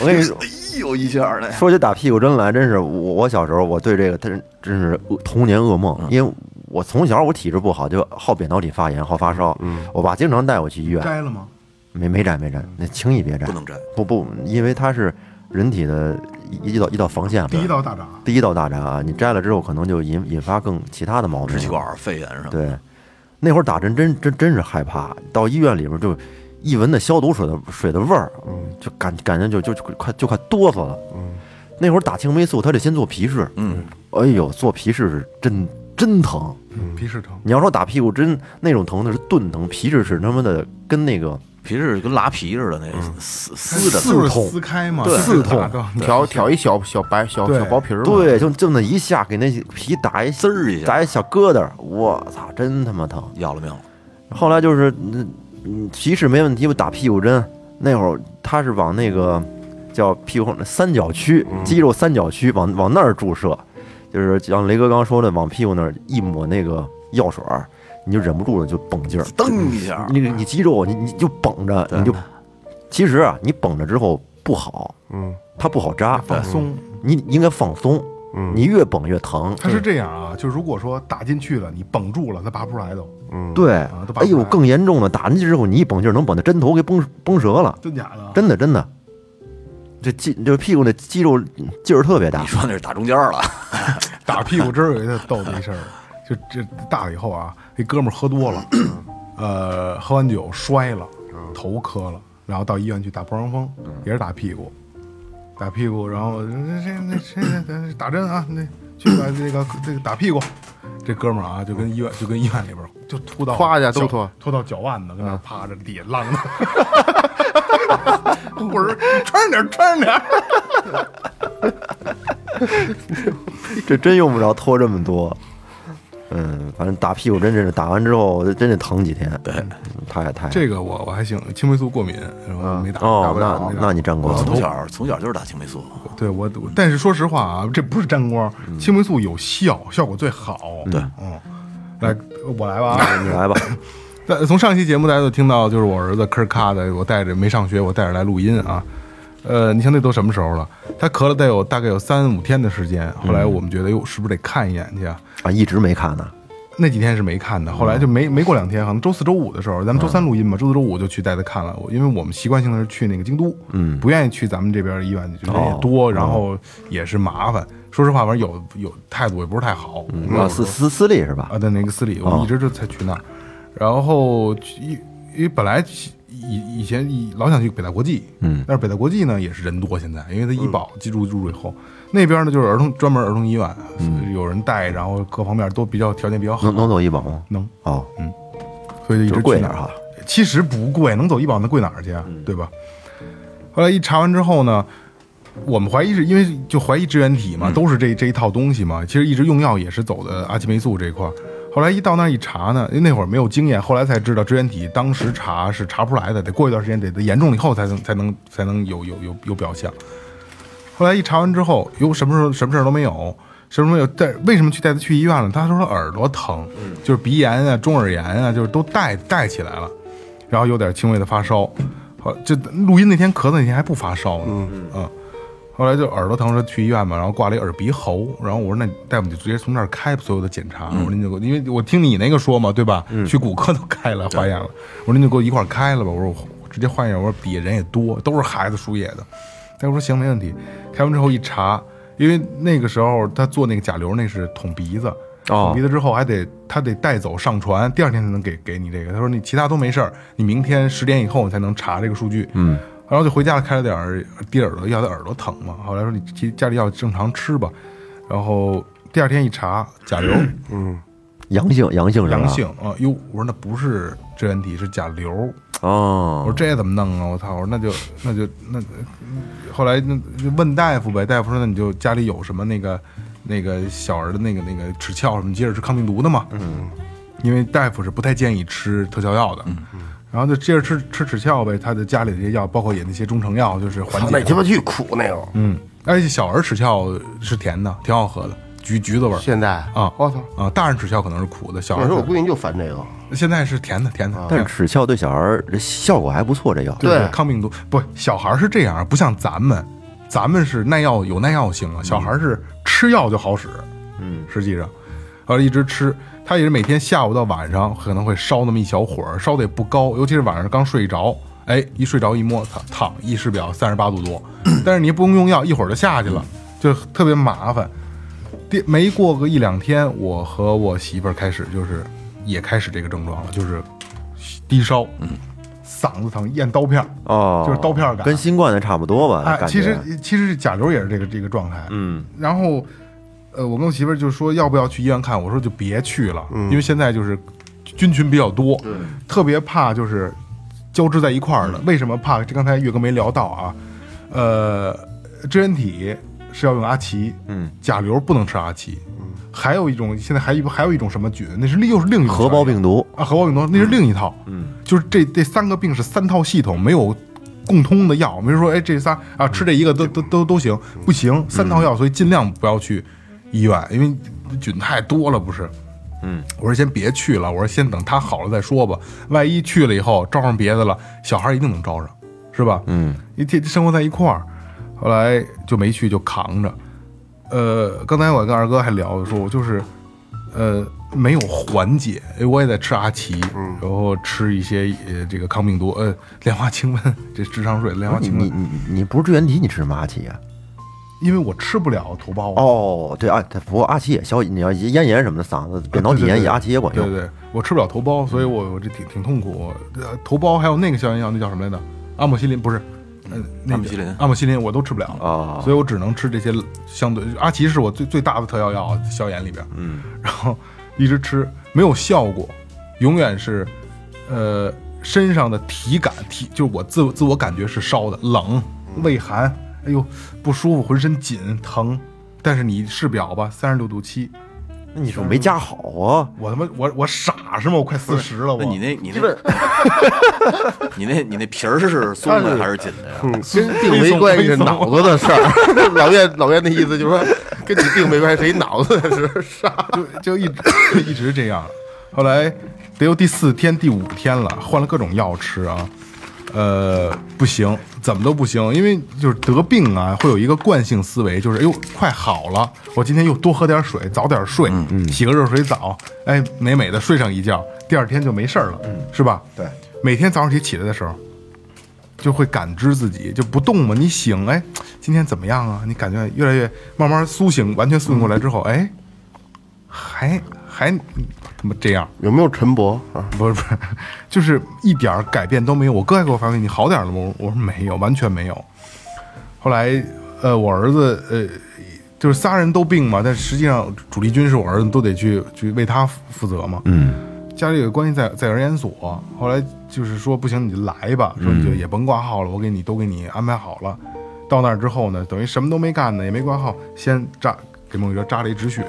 C: 我跟你说。
D: 哎呦一下
B: 哎
D: 嘞，
C: 说起打屁股针来，真是我我小时候我对这个真真是噩童年噩
D: 嗯
C: 梦，因为我从小我体质不好，就好扁桃体发炎，好发烧。
D: 嗯
C: 我爸经常带我去医
A: [LAUGHS]
C: 院，
A: 摘了吗？
C: 没没摘没摘，那轻易别摘
D: 不，能摘。
C: 不不，因为它是人体的一一道一道防线嘛，
A: 第一道大闸，
C: 第一道大闸啊，你摘了之后可能就引引发更其他的毛病
D: 支。气管、肺炎什么的。
C: 对，那会儿打针真真真是害怕，到医院里边就一闻那消毒水的水的味儿，
D: 嗯
C: 就感感觉就就就快就快哆嗦了。那会儿打青霉素，他得先做皮试，
D: 嗯，
C: 哎呦，做皮试是真真疼。
A: 嗯皮试疼，
D: 嗯
C: 你要说打屁股针那种疼，那是钝疼，皮试是他妈的跟那个
D: 皮是跟拉皮似的，那
B: 嗯
D: 撕撕着
A: 就是
D: 呢。
A: 撕开嘛，
D: 对
A: 就是打到你
B: 挑挑一小小白小
A: 对
B: 小薄皮儿嘛，
C: 对，就这么一下给那皮打一
D: 滋儿一下
C: 打一小疙瘩，我操，真他妈疼。
D: 要了命了，
C: 后来就是，嗯嗯，皮试没问题，我打屁股针。那会儿他是往那个叫屁股后三角区肌肉三角区往往那儿注射，就是像雷哥刚刚说的，往屁股那儿一抹那个药水儿，你就忍不住了就绷劲儿，
D: 噔一下，
B: 嗯
C: 那个你肌肉你你就绷着，你就其实啊，你绷着之后不好，
B: 嗯，
C: 它不好扎，
A: 放松。
D: 嗯
C: 你你应该放松，你越绷越疼。
A: 它是这样啊，就如果说打进去了，你绷住了，它拔不出来都，
D: 嗯
C: 对，
A: 啊都拔
C: 哎
A: 不出
C: 呦，
A: 来
C: 更严重的，打进去之后你一绷劲儿能把那针头给绷绷折了。
A: 真假的？
C: 真的真的，这肌这屁股那肌肉劲儿特别大
D: 你。说那是打中间了，
A: 打屁股针儿有一个逗的一事 [LAUGHS] 儿，就这大了以后啊，那哥们儿喝多 [COUGHS] 了，呃，喝完酒摔了，头磕了，然后到医院去打破伤风，也是打屁股，打屁股，然后这这那谁谁打针啊，那去把这个这个打屁股。这哥们儿啊，就跟医院就跟医院里边儿就吐到
B: 夸一下
A: 脚
B: 都吐
A: 吐嗯到脚腕子，跟那儿趴着底下浪着， [LAUGHS] 我说穿上点儿穿上点儿，
C: 这真用不着拖这么多。嗯，反正打屁股真是打完之后真得疼几天。对，太太
A: 这个我我还行，青霉素过敏，然后没打，打
C: 哦
A: 不，了没
C: 那
A: 打
C: 那你沾光
D: 我
C: 了
D: 从小从小就是打青霉素，
A: 对我，我但是说实话啊，这不是沾光，青霉素有效，效果最好。对，嗯，来，我来吧。 [LAUGHS]
C: 你来吧。
A: 但从上期节目大家都听到，就是我儿子吭儿咔的，我带着没上学，我带着来录音啊。呃，你像那都什么时候了？他咳了得有大概有三五天的时间，后来我们觉得，哟，是不是得看一眼去啊？
C: 啊，一直没看呢。
A: 那几天是没看的，后来就没没过两天，好像周四周五的时候，咱们周三录音嘛，周四周五就去带他看了。我因为我们习惯性的是去那个京都，嗯，哦不愿意去咱们这边的医院，就人也多，然后也是麻烦。说实话，反正有有态度也不是太好，嗯
C: 啊，私私私立是吧
A: 啊，？在那个私立，我们一直就才去那儿，然后去因因为本来以以前以老想去北大国际，嗯，但是北大国际呢也是人多，现在因为它医保记住入住以后，那边呢就是儿童专门儿童医院，有人带，然后各方面都比较条件比较好
C: 能，能走医保吗？
A: 能。
C: 哦，
A: 所以就一直
C: 就是贵
A: 去
C: 点
A: 那
C: 儿
A: 儿
C: 哈。
A: 其实不贵，能走医保那贵哪儿去啊？对吧？后来一查完之后呢，我们怀疑是因为就怀疑支原体嘛，都是这这一套东西嘛。其实一直用药也是走的阿奇霉素这一块儿。后来一到那儿一查呢，因为那会儿没有经验，后来才知道支原体当时查是查不出来的，得过一段时间得得严重了以后才能才能才能有有有有表象。后来一查完之后，哟，什么时候什么事儿都没有，什么没有带，为什么去带他去医院了？他说他耳朵疼，就是鼻炎啊、中耳炎啊，就是都带带起来了，然后有点轻微的发烧，嗯好，就录音那天咳嗽那天还不发烧呢，嗯后来就耳朵疼，说去医院吧，然后挂了一耳鼻喉，然后我说那大夫就直接从这儿开所有的检查，我说您就给我因为我听你那个说嘛，对吧？去骨科都开了化验了，我说您就给我一块儿开了吧，我说我我直接化验，我说底下人也多，都是孩子输液的，大夫说行，没问题。开完之后一查，因为那个时候他做那个甲流，那是捅鼻子，
C: 哦
A: 捅鼻子之后还得他得带走上传，第二天才能给给你这个。他说你其他都没事儿，你明天十点以后你才能查这个数据。嗯，然后就回家开了点儿滴耳朵药，他耳朵疼嘛。后来说你其实家里药正常吃吧，然后第二天一查甲流。
C: 阳性阳性是吧？
A: 阳性啊！哟，我说那不是支原体，是甲流。我说
C: 哦，
B: 嗯
A: 这怎么弄啊？我操！我说那就那就那，后来那就问大夫呗。大夫说那你就家里有什么那个那个小儿的那个那个齿鞘什么接着吃抗病毒的嘛。嗯，因为大夫是不太建议吃特效药的。
B: 嗯
A: 然后就接着吃吃齿鞘呗，他的家里这些药，包括也那些中成药，就是缓
B: 操
A: 解
B: 那。鸡巴巨苦那个。
A: 嗯，而且小儿齿鞘是甜的，挺好喝的，橘橘子味儿
B: 现在
A: 啊
B: 我操！
A: 啊。大人齿鞘可能是苦的，小
B: 我
A: 儿
B: 说我啊
A: 是
B: 闺女就烦这个，
A: 现在是甜的，甜的。
C: 但是齿鞘对小孩儿这效果还不错，这药
A: 对
B: 对
A: 抗病毒不，小孩儿是这样啊，不像咱们，咱们是耐药有耐药性啊，小孩儿是吃药就好使，嗯，实际上，然后一直吃，他也是每天下午到晚上可能会烧那么一小会儿，烧的也不高，尤其是晚上刚睡着，哎，一睡着一摸，躺躺意识表三十八度 [CLEARS THROAT] 多，但是你也不用用药，一会儿就下去了，就特别麻烦。第没过个一两天，我和我媳妇儿开始就是也开始这个症状了，就是低烧，嗯，嗓子疼，咽刀片儿，
C: 哦，
A: 就是刀片儿感
C: 跟新冠的差不多吧？
A: 哎，
C: 感
A: 其实
C: 觉
A: 其实甲流也是这个这个状态，
C: 嗯，
A: 然后呃，我跟我媳妇儿就说要不要去医院看，我说就别去了，
C: 嗯
A: 因为现在就是菌群比较多，特别怕就是交织在一块儿
C: 嗯
A: 的。为什么怕？这刚才岳哥没聊到啊，呃，支原体是要用阿奇，嗯，甲流不能吃阿奇，嗯，还有一种现在还有还有一种什么菌，那是另又是另一种
C: 合胞
A: 传染
C: 病毒
A: 啊，核包病毒那是另一套，嗯，就是这这三个病是三套系统，没有共通的药，没说哎这仨啊吃这一个都都都都行，不行，三套药，所以尽量不要去医院，因为菌太多了，不是。嗯，我说先别去了，我说先等他好了再说吧。万一去了以后招上别的了，小孩一定能招上，是吧？嗯，一天生活在一块儿，后来就没去，就扛着。呃，刚才我跟二哥还聊的时候，就是呃没有缓解，哎我也在吃阿奇，然后吃一些呃这个抗病毒，呃莲花清瘟，这智商税莲花
C: 你
A: 清
C: 哦你
A: 瘟，
C: 你你不是支原体，你吃什么阿奇呀？
A: 因为我吃不了头孢，
C: 哦，对啊，它不过阿奇也消，你要咽炎什么的，嗓子扁桃
A: 对
C: 体
A: 对
C: 炎
A: 对
C: 也阿奇也管
A: 对
C: 用。嗯
A: 对，我吃不了头孢，所以我我这挺挺痛苦。呃头孢还有那个消炎药，那叫什么来着？阿莫西林不是？呃，
D: 阿
A: 那个
D: 莫西林
A: 阿莫西林我都吃不了
C: 哦
A: 所以我只能吃这些相对阿奇是我最最大的特效药，消炎里边，嗯， [LAUGHS] 然后一直吃没有效果，永远是，呃，身上的体感体就是我自自我感觉是烧的，冷、
C: 嗯
A: 畏寒，哎呦不舒服，浑身紧疼，但是你试表吧，三十六度七，
C: 那你说没加好啊？
A: 我他妈我我傻是吗？我快四十了，我
D: 那你那你那， [LAUGHS] 你那你那皮儿是松的还是紧的呀？
B: 跟病没关系，是脑子的事儿。 [LAUGHS] 老岳老岳那意思就是说，跟你病没关系，是你脑子的事儿。
A: 就就一直一直这样。后来得有第四天、第五天了，换了各种药吃啊，呃，不行，怎么都不行，因为就是得病啊，会有一个惯性思维，就是哎呦，快好了，我今天又多喝点水，早点睡，洗个热水澡，哎，美美的睡上一觉，第二天就没事儿了，是吧？
C: 对，
A: 每天早上起起来的时候。就会感知自己就不动嘛，你醒哎，今天怎么样啊？你感觉越来越慢慢苏醒，完全苏醒过来之后，哎，还还他妈这样？
B: 有没有陈博 [LAUGHS] 啊？
A: 不是不 [LAUGHS] 是，就是一点儿改变都没有。我哥还给我发微信，你好点儿了吗？我我说没有，完全没有。后来呃，我儿子呃，就是仨人都病嘛，但实际上主力军是我儿子，都得去去为他负负责嘛。嗯，家里有关系在在儿研所，后来就是说不行你就来吧，说你就也甭挂号了，我给你都给你安排好了。到那儿之后呢，等于什么都没干呢，也没挂号，先扎给孟玉哲扎了一止血，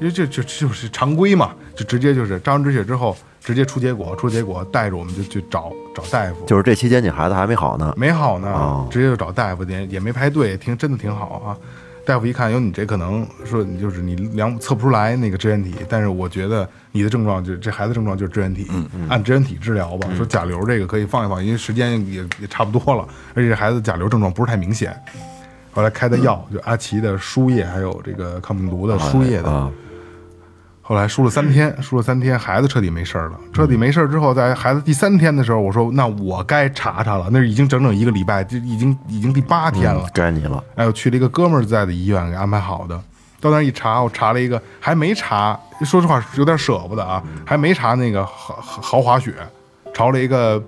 A: 因为这这这就是常规嘛，就直接就是扎完止血之后直接出结果，出结果带着我们就去找找大夫，
C: 就是这期间你孩子还没好呢，
A: 没好呢，
C: 哦
A: 直接就找大夫，也也没排队，挺真的挺好啊。大夫一看，哟，你这可能说你就是你量测不出来那个支原体，但是我觉得你的症状就是这孩子症状就是支原体，
C: 嗯
A: 按支原体治疗吧。说甲流这个可以放一放，因为时间也也差不多了，而且这孩子甲流症状不是太明显。后来开的药、
C: 嗯
A: 就阿奇的输液，还有这个抗病毒的输液的，
C: 啊，
A: 后来输了三天，
C: 嗯
A: 输了三天，孩子彻底没事儿了。彻底没事儿之后，在孩子第三天的时候，我说那我该查查了，那已经整整一个礼拜，就已经已经第八天了。
C: 该你了，
A: 哎，我去了一个哥们儿在的医院给安排好的，到那儿一查，我查了一个还没查，说实话有点舍不得啊，
C: 嗯
A: 还没查那个豪豪华雪，查了一个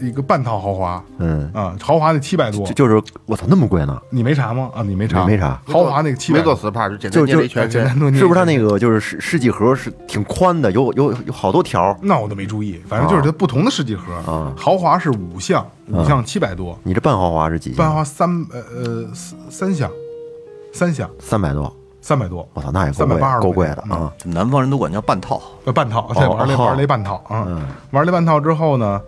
A: 一个半套豪华，
C: 嗯，
A: 啊，豪华那七百多
C: 就，就是我操那么贵呢，
A: 你没查吗？啊，你没查，
C: 没没查
A: 豪华那个七百
B: 没
A: 多
B: 做，死帕，就简单
C: 就
B: 捏了一
A: 哎
B: 圈
A: 简
B: 身
A: 单。多捏一
C: 是不是
A: 下
C: 它那个就是试试剂盒是挺宽的，有有有好多条儿，
A: 那我都没注意，反正就是它不同的试剂盒，
C: 啊
A: 豪华是五项，五项七百多，
C: 你这半豪华是几
A: 半
C: 箱？
A: 华三呃呃三三项，三项
C: 三百多，
A: 三百多，
C: 我操，那也够贵
A: 380，
C: 够贵的
A: 嗯
C: 啊，
D: 南方人都管叫半套，
A: 呃半套，对，玩了
C: 哦嗯
A: 玩了一半套啊，玩了一半套之后呢，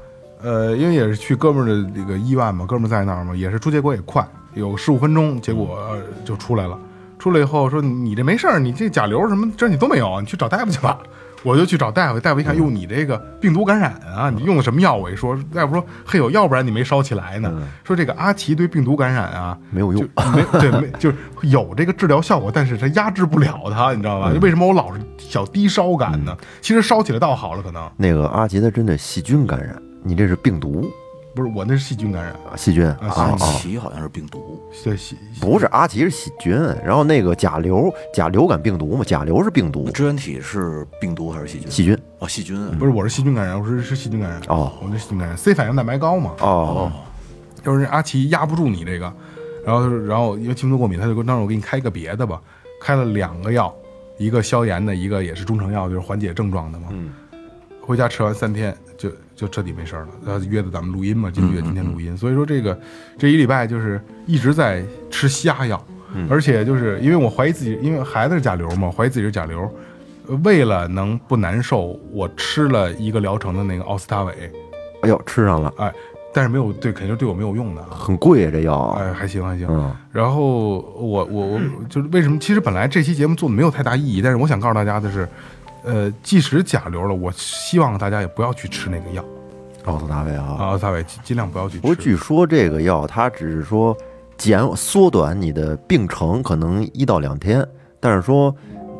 A: 呃，因为也是去哥们儿的这个医院嘛，哥们儿在那儿嘛，也是出结果也快，有十五分钟，结果
C: 嗯
A: 呃就出来了。出来以后说你你这没事儿，你这甲流什么这你都没有，你去找大夫去吧。 [LAUGHS] 我就去找大夫，大
C: 嗯
A: 夫一看，哟，你这个病毒感染啊，你用的什么药？我一说，大夫说，嘿呦，要不然你没烧起来呢。
C: 嗯
A: 说这个阿奇对病毒感染啊，
C: 没有用
A: 就没对，没就是有这个治疗效果，但是它压制不了它，你知道吧？
C: 嗯
A: 为什么我老是小低烧感呢？其实烧起来倒好了，可能
C: 那个阿杰他针对细菌感染，你这是病毒
A: 不是我那是细菌感染，
C: 啊，细菌啊
A: 细
D: 阿
C: 啊，
D: 奇好像是病毒，
A: 对细
C: 不是阿奇是细菌，然后那个甲流，甲流感病毒嘛，甲流是病毒，
D: 支原体是病毒还是细菌？
C: 细菌
D: 哦，细菌啊
A: 不是我是细菌感染，我是是细菌感染，
C: 哦
A: 我这细菌感染 C 反应蛋白高嘛，
C: 哦，
A: 就是阿奇压不住你这个，然后然后因为轻度过敏，他就跟当时我给你开一个别的吧，开了两个药，一个消炎的，一个也是中成药，就是缓解症状的嘛。嗯，回家吃完三天就就彻底没事儿了。他约的咱们录音嘛，今个月今天录音，所以说这个这一礼拜就是一直在吃虾药，而且就是因为我怀疑自己，因为孩子是甲流嘛，怀疑自己是甲流。呃为了能不难受，我吃了一个疗程的那个奥司他韦，
C: 哎呦吃上了，
A: 哎，但是没有对，肯定对我没有用的啊。
C: 很贵啊这药，
A: 哎，还行还行。
C: 嗯
A: 然后我我我就是为什么？其实本来这期节目做的没有太大意义，但是我想告诉大家的是，呃，即使甲流了，我希望大家也不要去吃那个药
C: 奥司他韦啊，
A: 啊，大伟尽尽量不要去
C: 不过
A: 吃。
C: 据说这个药它只是说减缩短你的病程，可能一到两天，但是说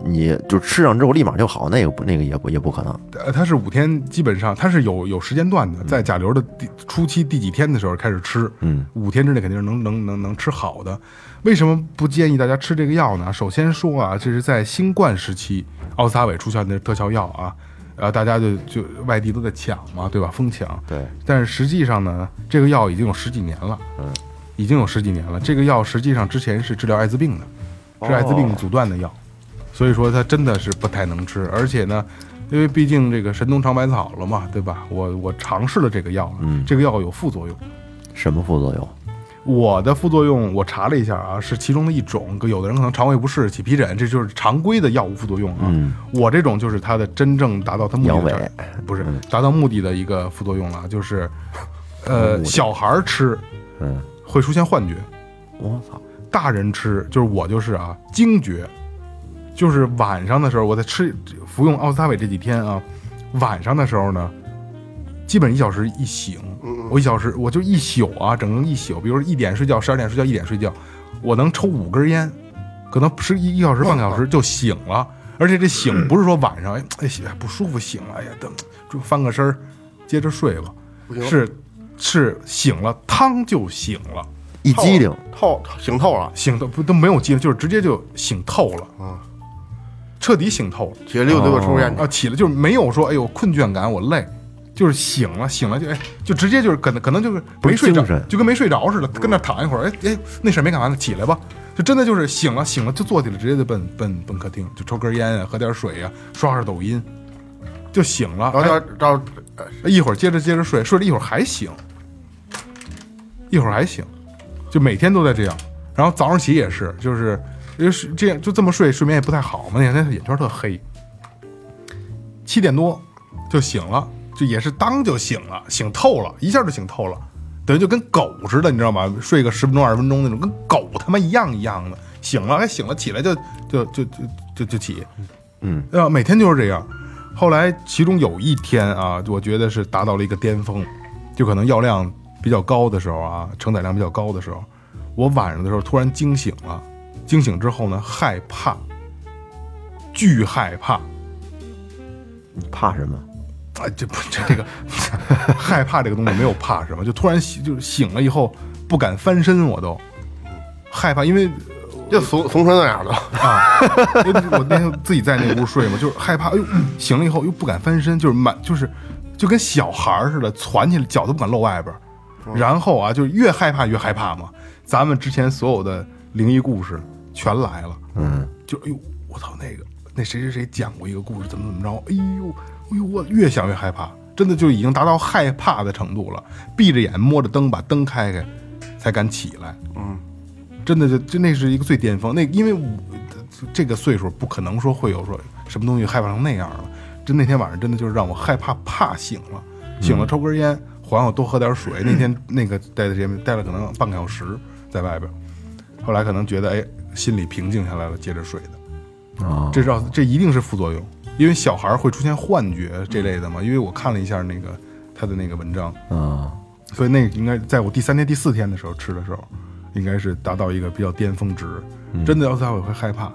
C: 你就吃上之后立马就好，那个不那个也不也不可能，
A: 呃，它是五天，基本上它是有有时间段的，在甲流的第初期第几天的时候开始吃，
C: 嗯，
A: 五天之内肯定是能能能能吃好的。为什么不建议大家吃这个药呢？首先说啊，这是在新冠时期奥司他韦出现的特效药啊，呃，大家就就外地都在抢嘛，对吧？疯抢，
C: 对，
A: 但是实际上呢，这个药已经有十几年了，嗯，已经有十几年了。这个药实际上之前是治疗艾滋病的，是艾滋病阻断的药，所以说它真的是不太能吃。而且呢，因为毕竟这个神农尝百草了嘛，对吧？我我尝试了这个药了，这个药有副作用。
C: 什么副作用？
A: 我的副作用我查了一下啊，是其中的一种，有的人可能肠胃不适、起皮疹，这就是常规的药物副作用啊。我这种就是它的真正达到它目的的
C: 阳痿
A: 这儿，不是达到目的的一个副作用了，就是，呃，小孩儿吃
C: 嗯，
A: 会出现幻觉，
C: 我操，
A: 大人吃就是我就是啊惊厥，就是晚上的时候我在吃服用奥司他韦这几天啊，晚上的时候呢，基本一小时一醒，
B: 嗯
A: 我一小时我就一宿啊，整整一宿，比如说一点睡觉，十二点睡觉，一点睡觉，我能抽五根烟，可能是一一小时半个小时就醒了，而且这醒不是说晚上哎哎醒不舒服醒了，哎呀等就翻个身儿接着睡吧，是是醒了，汤就醒了。
C: 一激灵，
B: 透醒透了，
A: 醒的不都没有激，就是直接就醒透了，
B: 啊，
A: 彻底醒透了
B: 起来溜达溜达抽根烟
C: 哦
B: 去
A: 啊，起来就是没有说哎呦困倦感，我累，就是醒了，醒了就哎，就直接就是可能可能就是
C: 不
A: 没
C: 是
A: 睡着
C: 精神，嗯
A: 就跟没睡着似的，跟那躺一会儿，哎哎，那事儿没干完呢，起来吧，就真的就是醒了，啊醒了就坐起来，直接就奔奔奔客厅，就抽根烟啊，喝点水呀、刷刷抖音，就醒了，
B: 然后到到
A: 哎一会儿接着接着睡，睡了一会儿还醒，一会儿还醒，就每天都在这样。然后早上起也是，就是因为是这样就这么睡，睡眠也不太好嘛。那天他眼圈特黑，七点多就醒了，就也是当就醒了，醒透了，一下就醒透了，等于就跟狗似的，你知道吗？睡个十分钟二十分钟那种，跟狗他妈一样一样的。醒了还醒了，起来就就就就就就起，
C: 嗯，
A: 啊，每天就是这样。后来其中有一天啊，我觉得是达到了一个巅峰，就可能药量比较高的时候啊，承载量比较高的时候，我晚上的时候突然惊醒了，惊醒之后呢，害怕，巨害怕，
C: 你怕什么？
A: 啊，这不这这个害怕这个东西没有怕什么，就突然醒，就是醒了以后不敢翻身，我都害怕，因为
B: 就怂怂成那样了。
A: 啊， [LAUGHS] 因为我那天自己在那屋睡嘛，就是害怕，哎呦，醒了以后又不敢翻身，就是满就是就跟小孩儿似的，攒起来脚都不敢露外边儿。然后啊，就是越害怕越害怕嘛。咱们之前所有的灵异故事全来了，
C: 嗯，
A: 就哎呦，我操那个那谁谁谁讲过一个故事，怎么怎么着，哎呦，哎呦，我越想越害怕，真的就已经达到害怕的程度了。闭着眼摸着灯，把灯开开，才敢起来。真的就就那是一个最巅峰。那因为我这个岁数不可能说会有说什么东西害怕成那样了。真那天晚上真的就是让我害怕怕醒了，醒了抽根烟，缓缓多喝点水。那天那个待的时间待了可能半个小时在外边，后来可能觉得哎心里平静下来了，接着睡的。
C: 啊，
A: 这让这一定是副作用，因为小孩儿会出现幻觉这类的嘛。因为我看了一下那个他的那个文章，
C: 啊，
A: 所以那个应该在我第三天、第四天的时候吃的时候，应该是达到一个比较巅峰值。
C: 嗯
A: 真的要再我会害怕，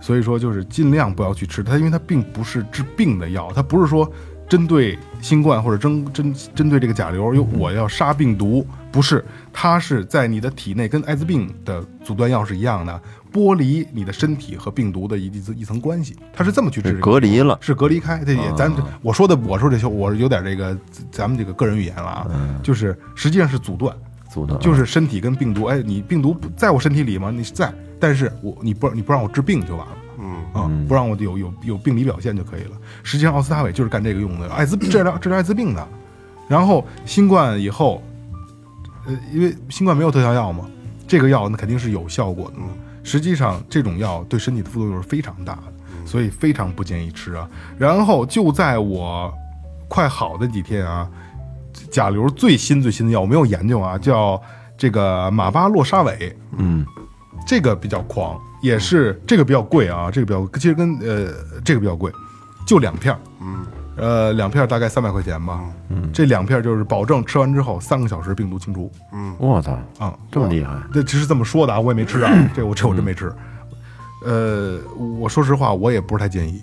A: 所以说就是尽量不要去吃它，因为它并不是治病的药，它不是说针对新冠或者针针针对这个甲流，哟，我要杀病毒，不是，它是在你的体内跟艾滋病的阻断药是一样的，剥离你的身体和病毒的一一一层关系，它是这么去治
C: 是
A: 这个
C: 隔离了，
A: 是隔离开，这也咱们这我说的，我说这些，我是有点这个咱们这个个人语言了啊，就是实际上是阻断，
C: 阻断
A: 就是身体跟病毒，哎，你病毒不在我身体里吗？你在，但是我你不你不让我治病就完了。嗯啊，不让我有有有病理表现就可以了。实际上，奥司他韦就是干这个用的，艾滋治疗治疗艾滋病的。然后新冠以后，呃，因为新冠没有特效药嘛，这个药那肯定是有效果的嘛。实际上，这种药对身体的副作用是非常大的，所以非常不建议吃啊。然后就在我快好的几天啊，甲流最新最新的药，我没有研究啊，叫这个马巴洛沙韦，
C: 嗯，
A: 这个比较狂，也是这个比较贵啊，这个比较其实跟呃这个比较贵，就两片，嗯，呃两片大概三百块钱吧，嗯，这两片就是保证吃完之后三个小时病毒清除
C: 我操，
A: 啊，
C: 这么厉害，
A: 这只是这么说的啊，我也没吃啊，这我这我真没吃。呃，我说实话，我也不是太建议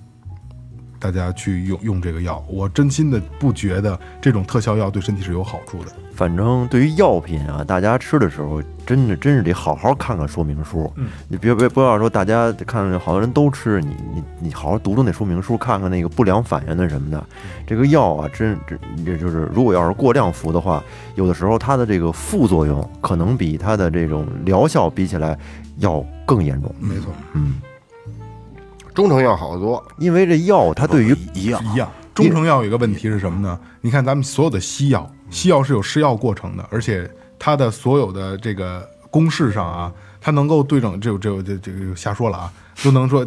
A: 大家去用用这个药，我真心的不觉得这种特效药对身体是有好处的。
C: 反正对于药品啊，大家吃的时候，真的真是得好好看看说明书。嗯，你别别不要说大家看好多人都吃，你你你好好读读那说明书，看看那个不良反应的什么的。
D: 嗯
C: 这个药啊，真这这就是如果要是过量服的话，有的时候它的这个副作用可能比它的这种疗效比起来要更严重。
A: 没错，
B: 中成药好得多，
C: 因为这药它对于
D: 一样啊
A: 一样。中成药有一个问题是什么呢？你看咱们所有的西药，西药是有试药过程的，而且它的所有的这个公式上啊，它能够对症，这这这这个瞎说了啊，都能说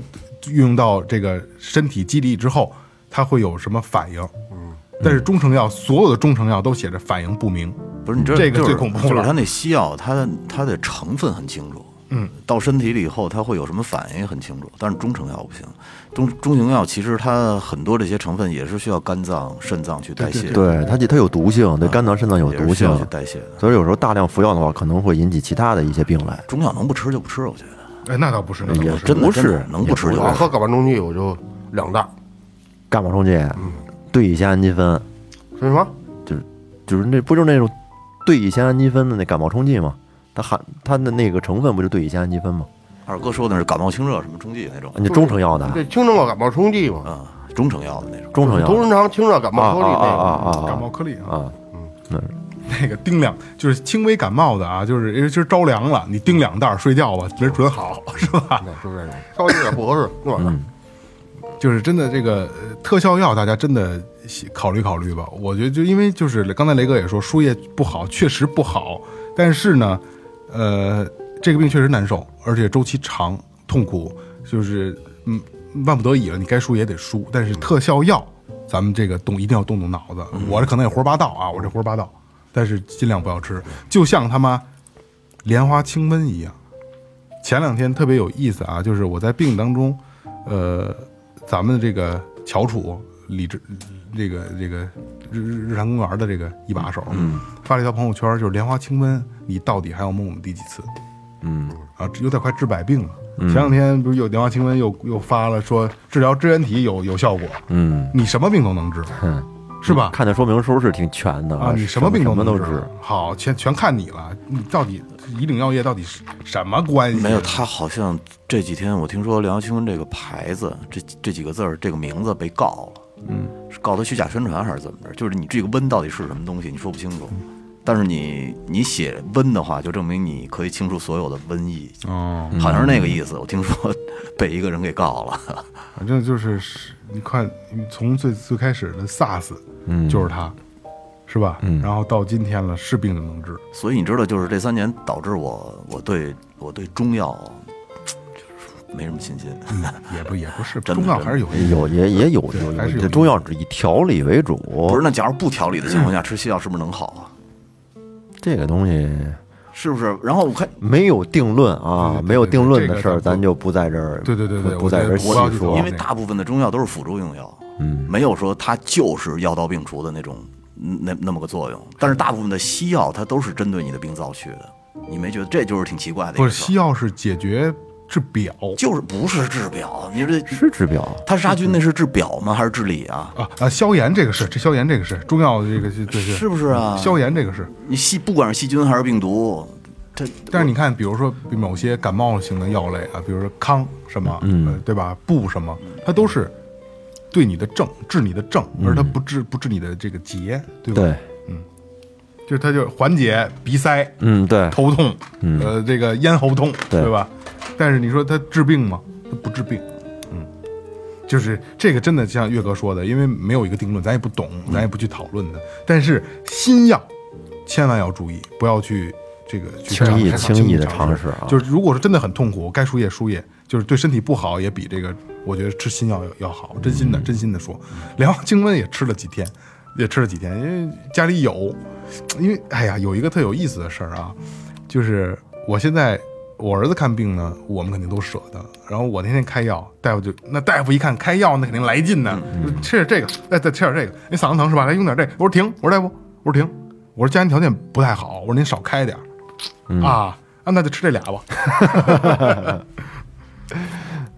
A: 运用到这个身体机理之后，它会有什么反应？嗯，但是中成药所有的中成药都写着反应不明，
D: 不是你这
A: 这个
D: 就是
A: 最恐怖了
D: 就是它那西药，它它的成分很清楚，嗯，到身体里以后它会有什么反应也很清楚，但是中成药不行，中中成药其实它很多这些成分也是需要肝脏、肾脏去代谢，
C: 对它它有毒性，对肝脏、肾脏有
D: 啊也是
C: 毒
D: 需
C: 性
D: 要去，代谢的。
C: 所以有时候大量服药的话，可能会引起其他的一些病来。
D: 中药能不吃就不吃，我觉得
A: 哎，那倒不是，那倒
C: 也
A: 不是，
D: 真的
C: 不
D: 真的
C: 是
D: 能不吃
B: 我
D: 就
B: 要
D: 不吃。
B: 喝睾丸中剂我就两大，
C: 伽马冲剂，对乙酰氨基酚，
B: 说什么？
C: 就是那不就是那种对乙酰氨基酚的那感冒冲剂吗？它含它的那个成分不就对乙酰氨基酚吗？
D: 二哥说的是感冒清热什么冲剂那种，
C: 你中成药的啊，
B: 对，清热感冒冲剂嘛，
C: 呃
D: 嗯，中成药的那种。
C: 中成药
B: 都
C: 的
B: 正常清热感
C: 啊
B: 冒冲剂
C: 啊
B: 那个。
C: 啊
A: 感
C: 啊
A: 冒颗粒啊
C: 啊。啊！
A: 那个叮两就是轻微感冒的啊，就是因为今儿着凉了，你叮
C: 啊
A: 两袋儿睡觉吧，人准好，是吧？
C: 嗯
B: 对，就是这个，稍微有点不合适，那玩意儿
A: 就是真的这个呃特效药，大家真的喜考虑考虑吧。我觉得就因为就是刚才雷哥也说，输液不好，确实不好，但是呢，呃，这个病确实难受，而且周期长，痛苦，就是嗯，万不得已了，你该输也得输，但是特效药。咱们这个动一定要动动脑子，我这可能也胡说八道啊，我这胡说八道，但是尽量不要吃，就像他妈莲花清瘟一样。前两天特别有意思啊，就是我在病当中，呃，咱们这个乔楚李志，
C: 嗯
A: 这个这个日日日坛公园的这个一把手，嗯，发了一条朋友圈，就是莲花清瘟，你到底还要蒙我们第几次？
C: 嗯
A: 啊，这有点快治百病了。前两天不是有莲花清瘟又又发了，说治疗支原体有有效果，
C: 嗯，
A: 你什么病都能
C: [LAUGHS]
A: 治，是吧？
C: 看的说明书是挺全的
A: 啊，你
C: 嗯什
A: 么病
C: 什
A: 能
C: 么都治。
A: 好，全全看你了。你到底以岭药业到底是什么关系？
D: 没有，他好像这几天我听说“梁清瘟”这个牌子，这这几个字儿，这个名字被告了。嗯，是告他虚假宣传还是怎么着？就是你这个瘟到底是什么东西，你说不清楚。但是你你写瘟的话，就证明你可以清除所有的瘟疫，
A: 哦，
D: 好像是那个意思。我听说 [LAUGHS] 被一个人给告了。
A: 反正就是是你看，从最最开始的 SARS，
C: 嗯
A: 就是它，是吧？
D: 嗯
A: 然后到今天了，是病就能治。
D: 所以你知道，就是这三年导致我我对我对中药就是没什么信心。
A: 嗯也不也不是，
D: 真的
A: 中药还是有一
C: 有也也有
A: 对
C: 有
A: 还是有
C: 这中药只以调理为主，
D: 不是，那假如不调理的情况下吃西药是不是能好啊？
C: 这个东西
D: 是不是？然后我看
C: 没有定论啊，没有定论的事
A: 这
C: 儿，
A: 个咱不
C: 咱就不在这儿，
A: 对对对对
C: 不在这儿细
A: 我觉得不要
C: 说
D: 因。为大部分的中药都是辅助用药，
C: 嗯，
D: 没有说它就是药到病除的那种嗯那那么个作用。但是大部分的西药它都是针对你的病灶去的，你没觉得这就是挺奇怪的一
A: 不
D: 个
A: 是
D: 事儿？
A: 西药是解决治表
D: 就是不是治表，你这
C: 是治表，
D: 它杀菌那是治表吗？还是治理啊？
A: 啊啊，消炎这个是，这消炎这个是中药这个是对
D: 是不是啊？
A: 消炎这个是，
D: 你细不管是细菌还是病毒，它
A: 但是你看，比如说某些感冒型的药类啊，比如说康什么，嗯，对吧？布什么，它都是对你的症治你的症，而
D: 嗯
A: 它不治不治你的这个结，对吧？
C: 对，
A: 就是它就缓解鼻塞、
C: 嗯对，嗯
A: 头痛，呃，这个咽喉痛，
C: 对
A: 对吧？但是你说它治病吗？它不治病，嗯，就是这个真的像岳哥说的，因为没有一个定论，咱也不懂，
C: 嗯
A: 咱也不去讨论它。但是新药千万要注意，不要去这个去
C: 轻易
A: 尝试
C: 轻易地
A: 尝
C: 尝试啊
A: 就是如果说真的很痛苦，该输液输液，就是对身体不好，也比这个我觉得吃新药要要好。真心的，真心的说，莲花清瘟也吃了几天，也吃了几天，因为家里有，因为哎呀，有一个特有意思的事儿啊，就是我现在我儿子看病呢，我们肯定都舍得。然后我那天开药，大夫就那大夫一看开药，那肯定来劲呢，吃点这个，哎再再吃点这个，你嗓子疼是吧？来用点这个。我说停，我说大夫，我说停，我说家庭条件不太好，我说您少开点儿、啊啊，那就吃这俩吧。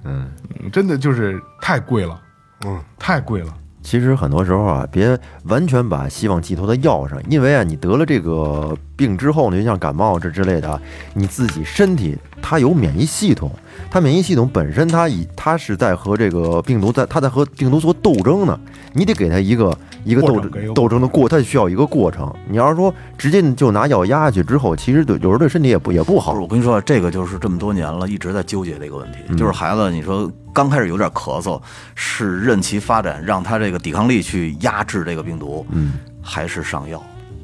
A: 嗯，真的就是太贵了，嗯，太贵了。
C: 其实很多时候啊，别完全把希望寄托在药上，因为啊，你得了这个病之后呢，就像感冒这之类的啊，你自己身体它有免疫系统，它免疫系统本身它以它是在和这个病毒在它在和病毒做斗争呢，你得给它一个一个斗
A: 过程给一个
C: 斗争的过，它需要一个过程。你要是说直接就拿药压下去之后，其实对有时候对身体也不也
D: 不
C: 不
D: 是，
C: 好。
D: 我跟你说，这个就是这么多年了，一直在纠结这个问题。
A: 嗯
D: 就是孩子，你说刚开始有点咳嗽，是任其发展，让他这个抵抗力去压制这个病毒，嗯，还是上药？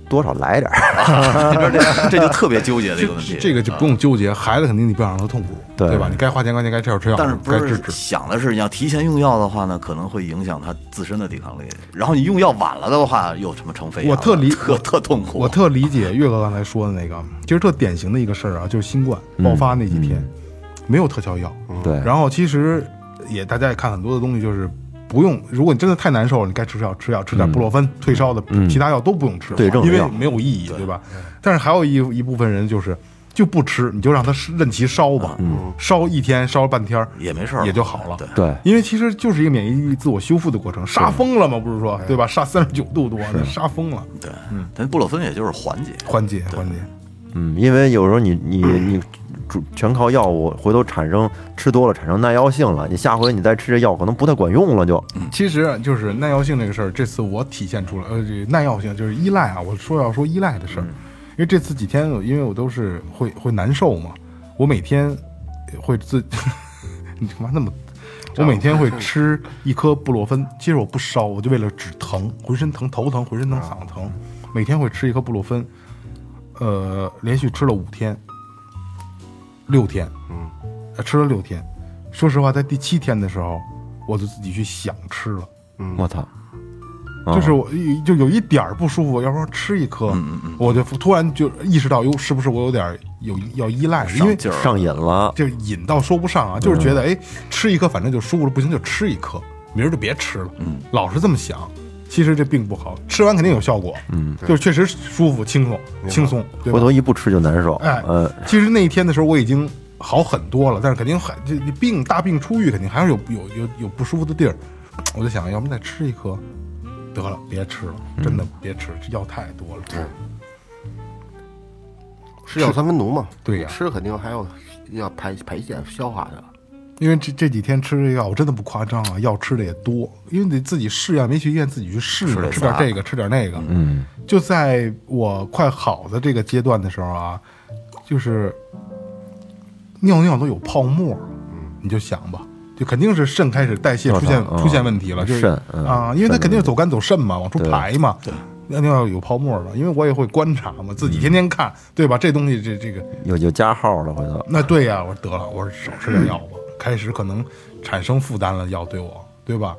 C: 多少来点儿，
D: 你说这
A: [LAUGHS]
D: 这就特别纠结这个问题。啊嗯
A: 这个就不用纠结，孩子肯定你不想让他痛苦，
C: 对
A: 吧？你该花钱花钱，该吃药吃药，
D: 但是不
A: 该治
D: 是
A: 治。
D: 想的是，你要提前用药的话呢，可能会影响他自身的抵抗力。然后你用药晚了的话，又什么成肺炎了？
A: 我特理
D: 特特痛苦。
A: 我特理解岳哥刚才说的那个，其实特典型的一个事儿啊，就是新冠爆发那几天，没有特效药，
C: 对，
A: 然后其实也大家也看很多的东西，就是不用，如果你真的太难受了，你该吃药吃药，吃点布洛芬、退烧的，其他药都不用吃，
C: 嗯对症
A: 因为
C: 药
A: 没有意义，对吧？但是还有一一部分人就是就不吃，你就让他任其烧吧，
C: 嗯
A: 烧一天烧半天儿
D: 也没事儿了
A: 也就好了，
D: 对
C: 对
A: 因为其实就是一个免疫力自我修复的过程，杀疯了嘛，不是说对吧？杀三十九度多，那杀疯了，
D: 对，但布洛芬也就是缓解。
A: 缓解缓解，
C: 嗯，因为有时候你你你主全靠药物，回头产生吃多了产生耐药性了，你下回你再吃这药可能不太管用了就。
B: 嗯
A: 其实就是耐药性这个事儿，这次我体现出来，呃，这耐药性就是依赖啊。我说要说依赖的事儿，因为这次几天，因为我都是 [LAUGHS] 会会难受嘛，我每天会自，你干嘛那么我每天会吃一颗布洛芬，其实我不烧，我就为了止疼，浑身疼，头疼，浑身疼，嗓子疼，每天会吃一颗布洛芬，呃，连续吃了五天，六天，嗯，吃了六天。说实话，在第七天的时候，我就自己去想吃了。
C: 我操，
A: 就是我就有一点儿不舒服，要不然吃一颗，我就突然就意识到，哟，是不是我有点儿有要依赖了？因为
D: 劲儿
C: 上瘾了，
A: 就瘾到说不上啊，就是觉得哎，吃一颗反正就舒服了，不行就吃一颗，明儿就别吃了，老是这么想。其实这并不好，吃完肯定有效果，嗯，就是确实舒服、轻松、轻松，对吧
C: 回头一不吃就难受。
A: 哎
C: 嗯，
A: 其实那一天的时候我已经好很多了，但是肯定很这这病大病初愈，肯定还是有有有有不舒服的地儿。我就想要不再吃一颗，得了，别吃了，真的别吃，这药太多了。
B: 吃药三分毒嘛，
A: 对呀
B: 吃肯定还要要排排泄消化的，
A: 因为这这几天吃这药，我真的不夸张啊，药吃的也多，因为你得自己试验，没去医院自己去试，吃点这个，吃点那个。嗯，就在我快好的这个阶段的时候啊，就是尿尿都有泡沫，你就想吧，就肯定是肾开始代谢出现
C: 我操嗯
A: 出现问题了，就是
C: 肾嗯
A: 啊，因为它肯定是走肝走肾嘛，往出排嘛。对。尿尿有泡沫了，因为我也会观察嘛，自己天天看，对吧？这东西这这个
C: 有有加号了，回头
A: 那对呀、我说得了，我说少吃点药吧。开始可能产生负担了，药对我，对吧？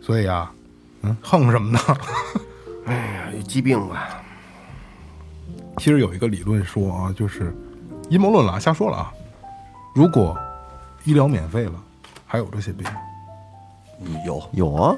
A: 所以啊，嗯，横什么呢？
B: 哎有疾病啊吧，
A: 其实有一个理论说啊，就是阴谋论了啊，瞎说了啊。如果医疗免费了，还有这些病，
D: 嗯有
C: 有啊，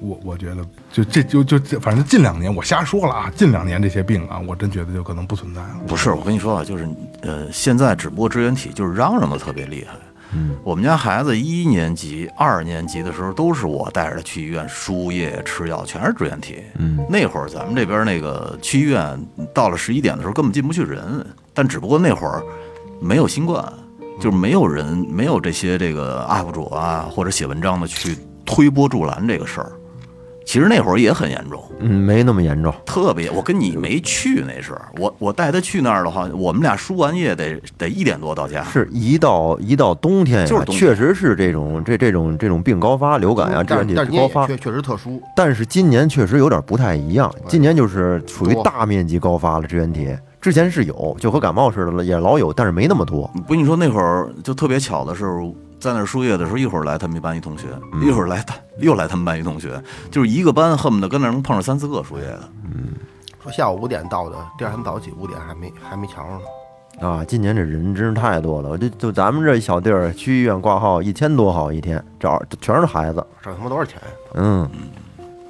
A: 我我觉得就这就就这，反正近两年我瞎说了啊，近两年这些病啊，我真觉得就可能不存在了。
D: 不是，我跟你说啊，就是呃，现在只不过支原体就是嚷嚷的特别厉害。嗯，我们家孩子一年级、二年级的时候，都是我带着他去医院输液、吃药，全是支原体。嗯，那会儿咱们这边那个去医院，到了十一点的时候根本进不去人，但只不过那会儿没有新冠，就是没有人没有这些这个 UP 主啊或者写文章的去推波助澜这个事儿。其实那会儿也很严重，
C: 嗯，没那么严重。
D: 特别，我跟你没去那是，我我带他去那儿的话，我们俩输完液得得一点多到家。
C: 是一到一到冬天呀，
D: 就是冬天
C: 确实是这种这这种这种病高发，流感呀，支
B: 但
C: 原体
B: 但是你
C: 高
B: 也
C: 发。
B: 确确实特殊，
C: 但是今年确实有点不太一样，今年就是属于
B: 多
C: 大面积高发了支原体，之前是有，就和感冒似的了，也老有，但是没那么多。
D: 不跟你说那会儿就特别巧的是，在那儿输液的时候，一会儿来他们一班一同学，
C: 嗯
D: 一会儿来他又来他们班一同学，就是一个班恨不得跟那儿能碰上三四个输液的。
B: 说下午五点到的，第二天早起五点还没还没瞧上呢，
C: 啊，今年这人真是太多了，就就咱们这一小地儿，去医院挂号一千多号一天，找全是孩子。
B: 这他妈多少钱呀？
C: 嗯，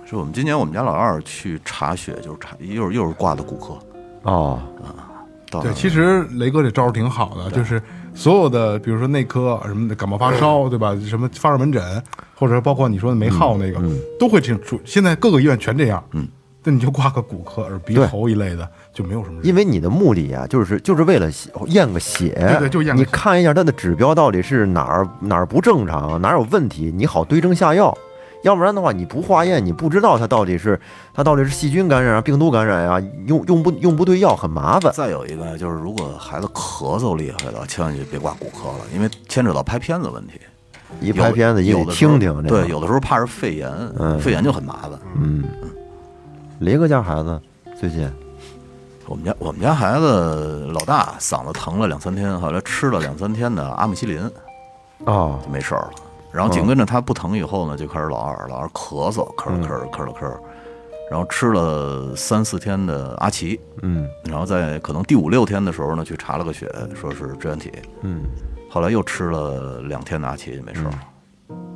D: 是我们今年我们家老二去查血，就是查又是又是挂的骨科。
C: 哦，
D: 到那
A: 对，
D: 儿
A: 其实雷哥这招儿挺好的，就是所有的，比如说内科什么的，感冒发烧，对吧？什么发热门诊，或者包括你说的没号那个，
D: 嗯
A: 都会这种。现在各个医院全这样，嗯，那你就挂个骨科、耳鼻
C: 对
A: 喉一类的，就没有什么人。
C: 因为你的目的啊，就是就是为了血验个血，
A: 对对就验个
C: 你
A: 血
C: 看一下它的指标到底是哪儿哪儿不正常，哪儿有问题，你好对症下药。要不然的话，你不化验，你不知道它到底是它到底是细菌感染啊、病毒感染啊，用用不用不对药很麻烦。
D: 再有一个就是，如果孩子咳嗽厉害的，千万就别挂骨科了，因为牵扯到拍片子问题。
C: 一拍片子，一
D: 有
C: 得
D: 的时候
C: 听听这个。嗯
D: 对，有的时候怕是肺炎，肺炎就很麻烦。
C: 雷哥家孩子最近
D: 我们家我们家孩子老大嗓子疼了两三天，后来吃了两三天的阿莫西林
C: 哦，
D: 就没事儿了。然后紧跟着他不疼以后呢，就开始老二老二咳嗽，咳了咳了咳了咳了，然后吃了三四天的阿奇，
C: 嗯，
D: 然后在可能第五六天的时候呢，去查了个血，说是支原体，
C: 嗯，
D: 后来又吃了两天的阿奇就没事儿了。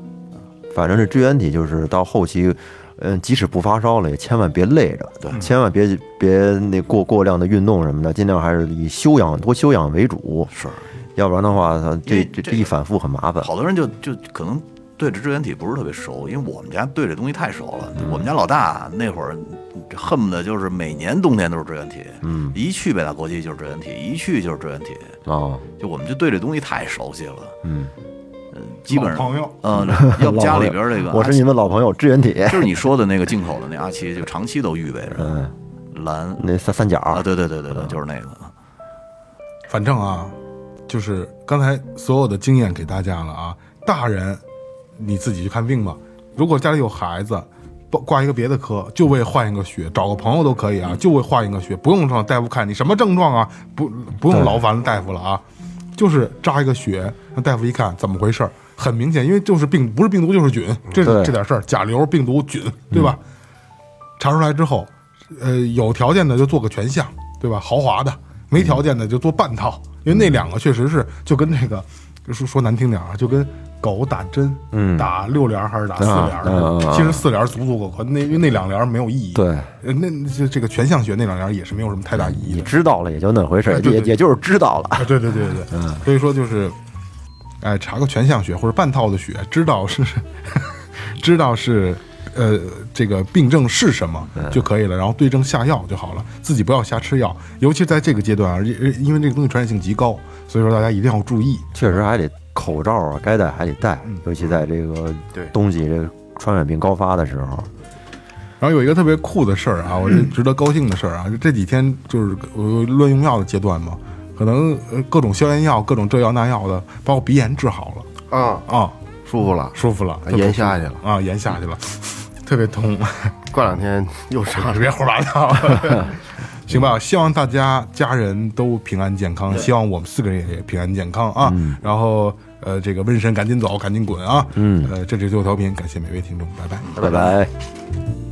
C: 反正这支原体就是到后期，嗯，即使不发烧了，也千万别累着，对，千万别别那过过量的运动什么的，尽量还是以休养多休养为主，
D: 是，
C: 要不然的话，它
D: 因
C: 这
D: 为
C: 这
D: 这
C: 这一反复很麻烦。
D: 好多人就就可能对这支原体不是特别熟，因为我们家对这东西太熟了。
C: 嗯
D: 我们家老大那会儿恨不得就是每年冬天都是支原体，嗯，一去北大国际就是支原体，一去就是支原体，
C: 啊，
D: 就我们就对这东西太熟悉了，呃
C: 嗯，
D: 基本
A: 老
D: 上
A: 朋友，
D: 嗯，要不家里边这个
C: 我是你们老朋友支原体，
D: 就是你说的那个进口的那阿奇，就长期都预备着
C: 嗯，
D: 蓝啊
C: 那三三角
D: 啊，对对对对对，就是那个。
A: 反正啊，就是刚才所有的经验给大家了啊，大人你自己去看病吧。如果家里有孩子，不挂一个别的科，就为换一个血，找个朋友都可以啊，就为换一个血，不用让大夫看你什么症状啊，不不用劳烦大夫了啊，就是扎一个血，让大夫一看怎么回事儿，很明显，因为就是病不是病毒就是菌，这
C: 对
A: 这点事儿，甲流、病毒、菌，对吧？查出来之后，呃，有条件的就做个全项，对吧？豪华的，没条件的就做半套，因为那两个确实是就跟这个说说难听点儿啊，就跟狗打针，嗯，打六联儿还是打四联儿似的，
C: 啊啊啊
A: 其实四联儿足足够宽，那因为那两联儿没有意义，
C: 对
A: 呃，那这这个全项学那两联儿也是没有什么太大意义
C: 你
A: 的，
C: 知道了也就那回事儿，
A: 哎对
C: 也
A: 对
C: 也就是知道了。
A: 啊，对对对对，嗯，所以说就是，哎，查个全项血或者半套的血，知道是， [LAUGHS] 知道是，呃，这个病症是什么就可以了，然后对症下药就好了，自己不要瞎吃药，尤其在这个阶段啊，因因为这个东西传染性极高，所以说大家一定要注意。
C: [LAUGHS] 确实还得口罩啊，该戴还得戴，
A: 嗯
C: 尤其在这个
B: 对
C: 冬季这个传染病高发的时候，
A: 然后有一个特别酷的事儿啊，我觉得值得高兴的事儿啊，就这几天就是呃乱用药的阶段嘛，可能呃各种消炎药、各种这药那药的，把我鼻炎治好了
B: 啊，
A: 啊，
B: 舒服了，
A: 舒服了，
B: 炎哎下去了，
A: 啊，炎下去了， [LAUGHS] 特别痛。 [LAUGHS]
B: 过两天又
A: 啊，
B: 上了。
A: 别胡乱了， [LAUGHS] 行吧？希望大家家人都平安健康，希望我们四个人也平安健康啊。然后呃，这个瘟神赶紧走，赶紧滚啊！嗯，呃，这里是最后调频，感谢每位听众，拜拜。
C: 拜拜。
B: 拜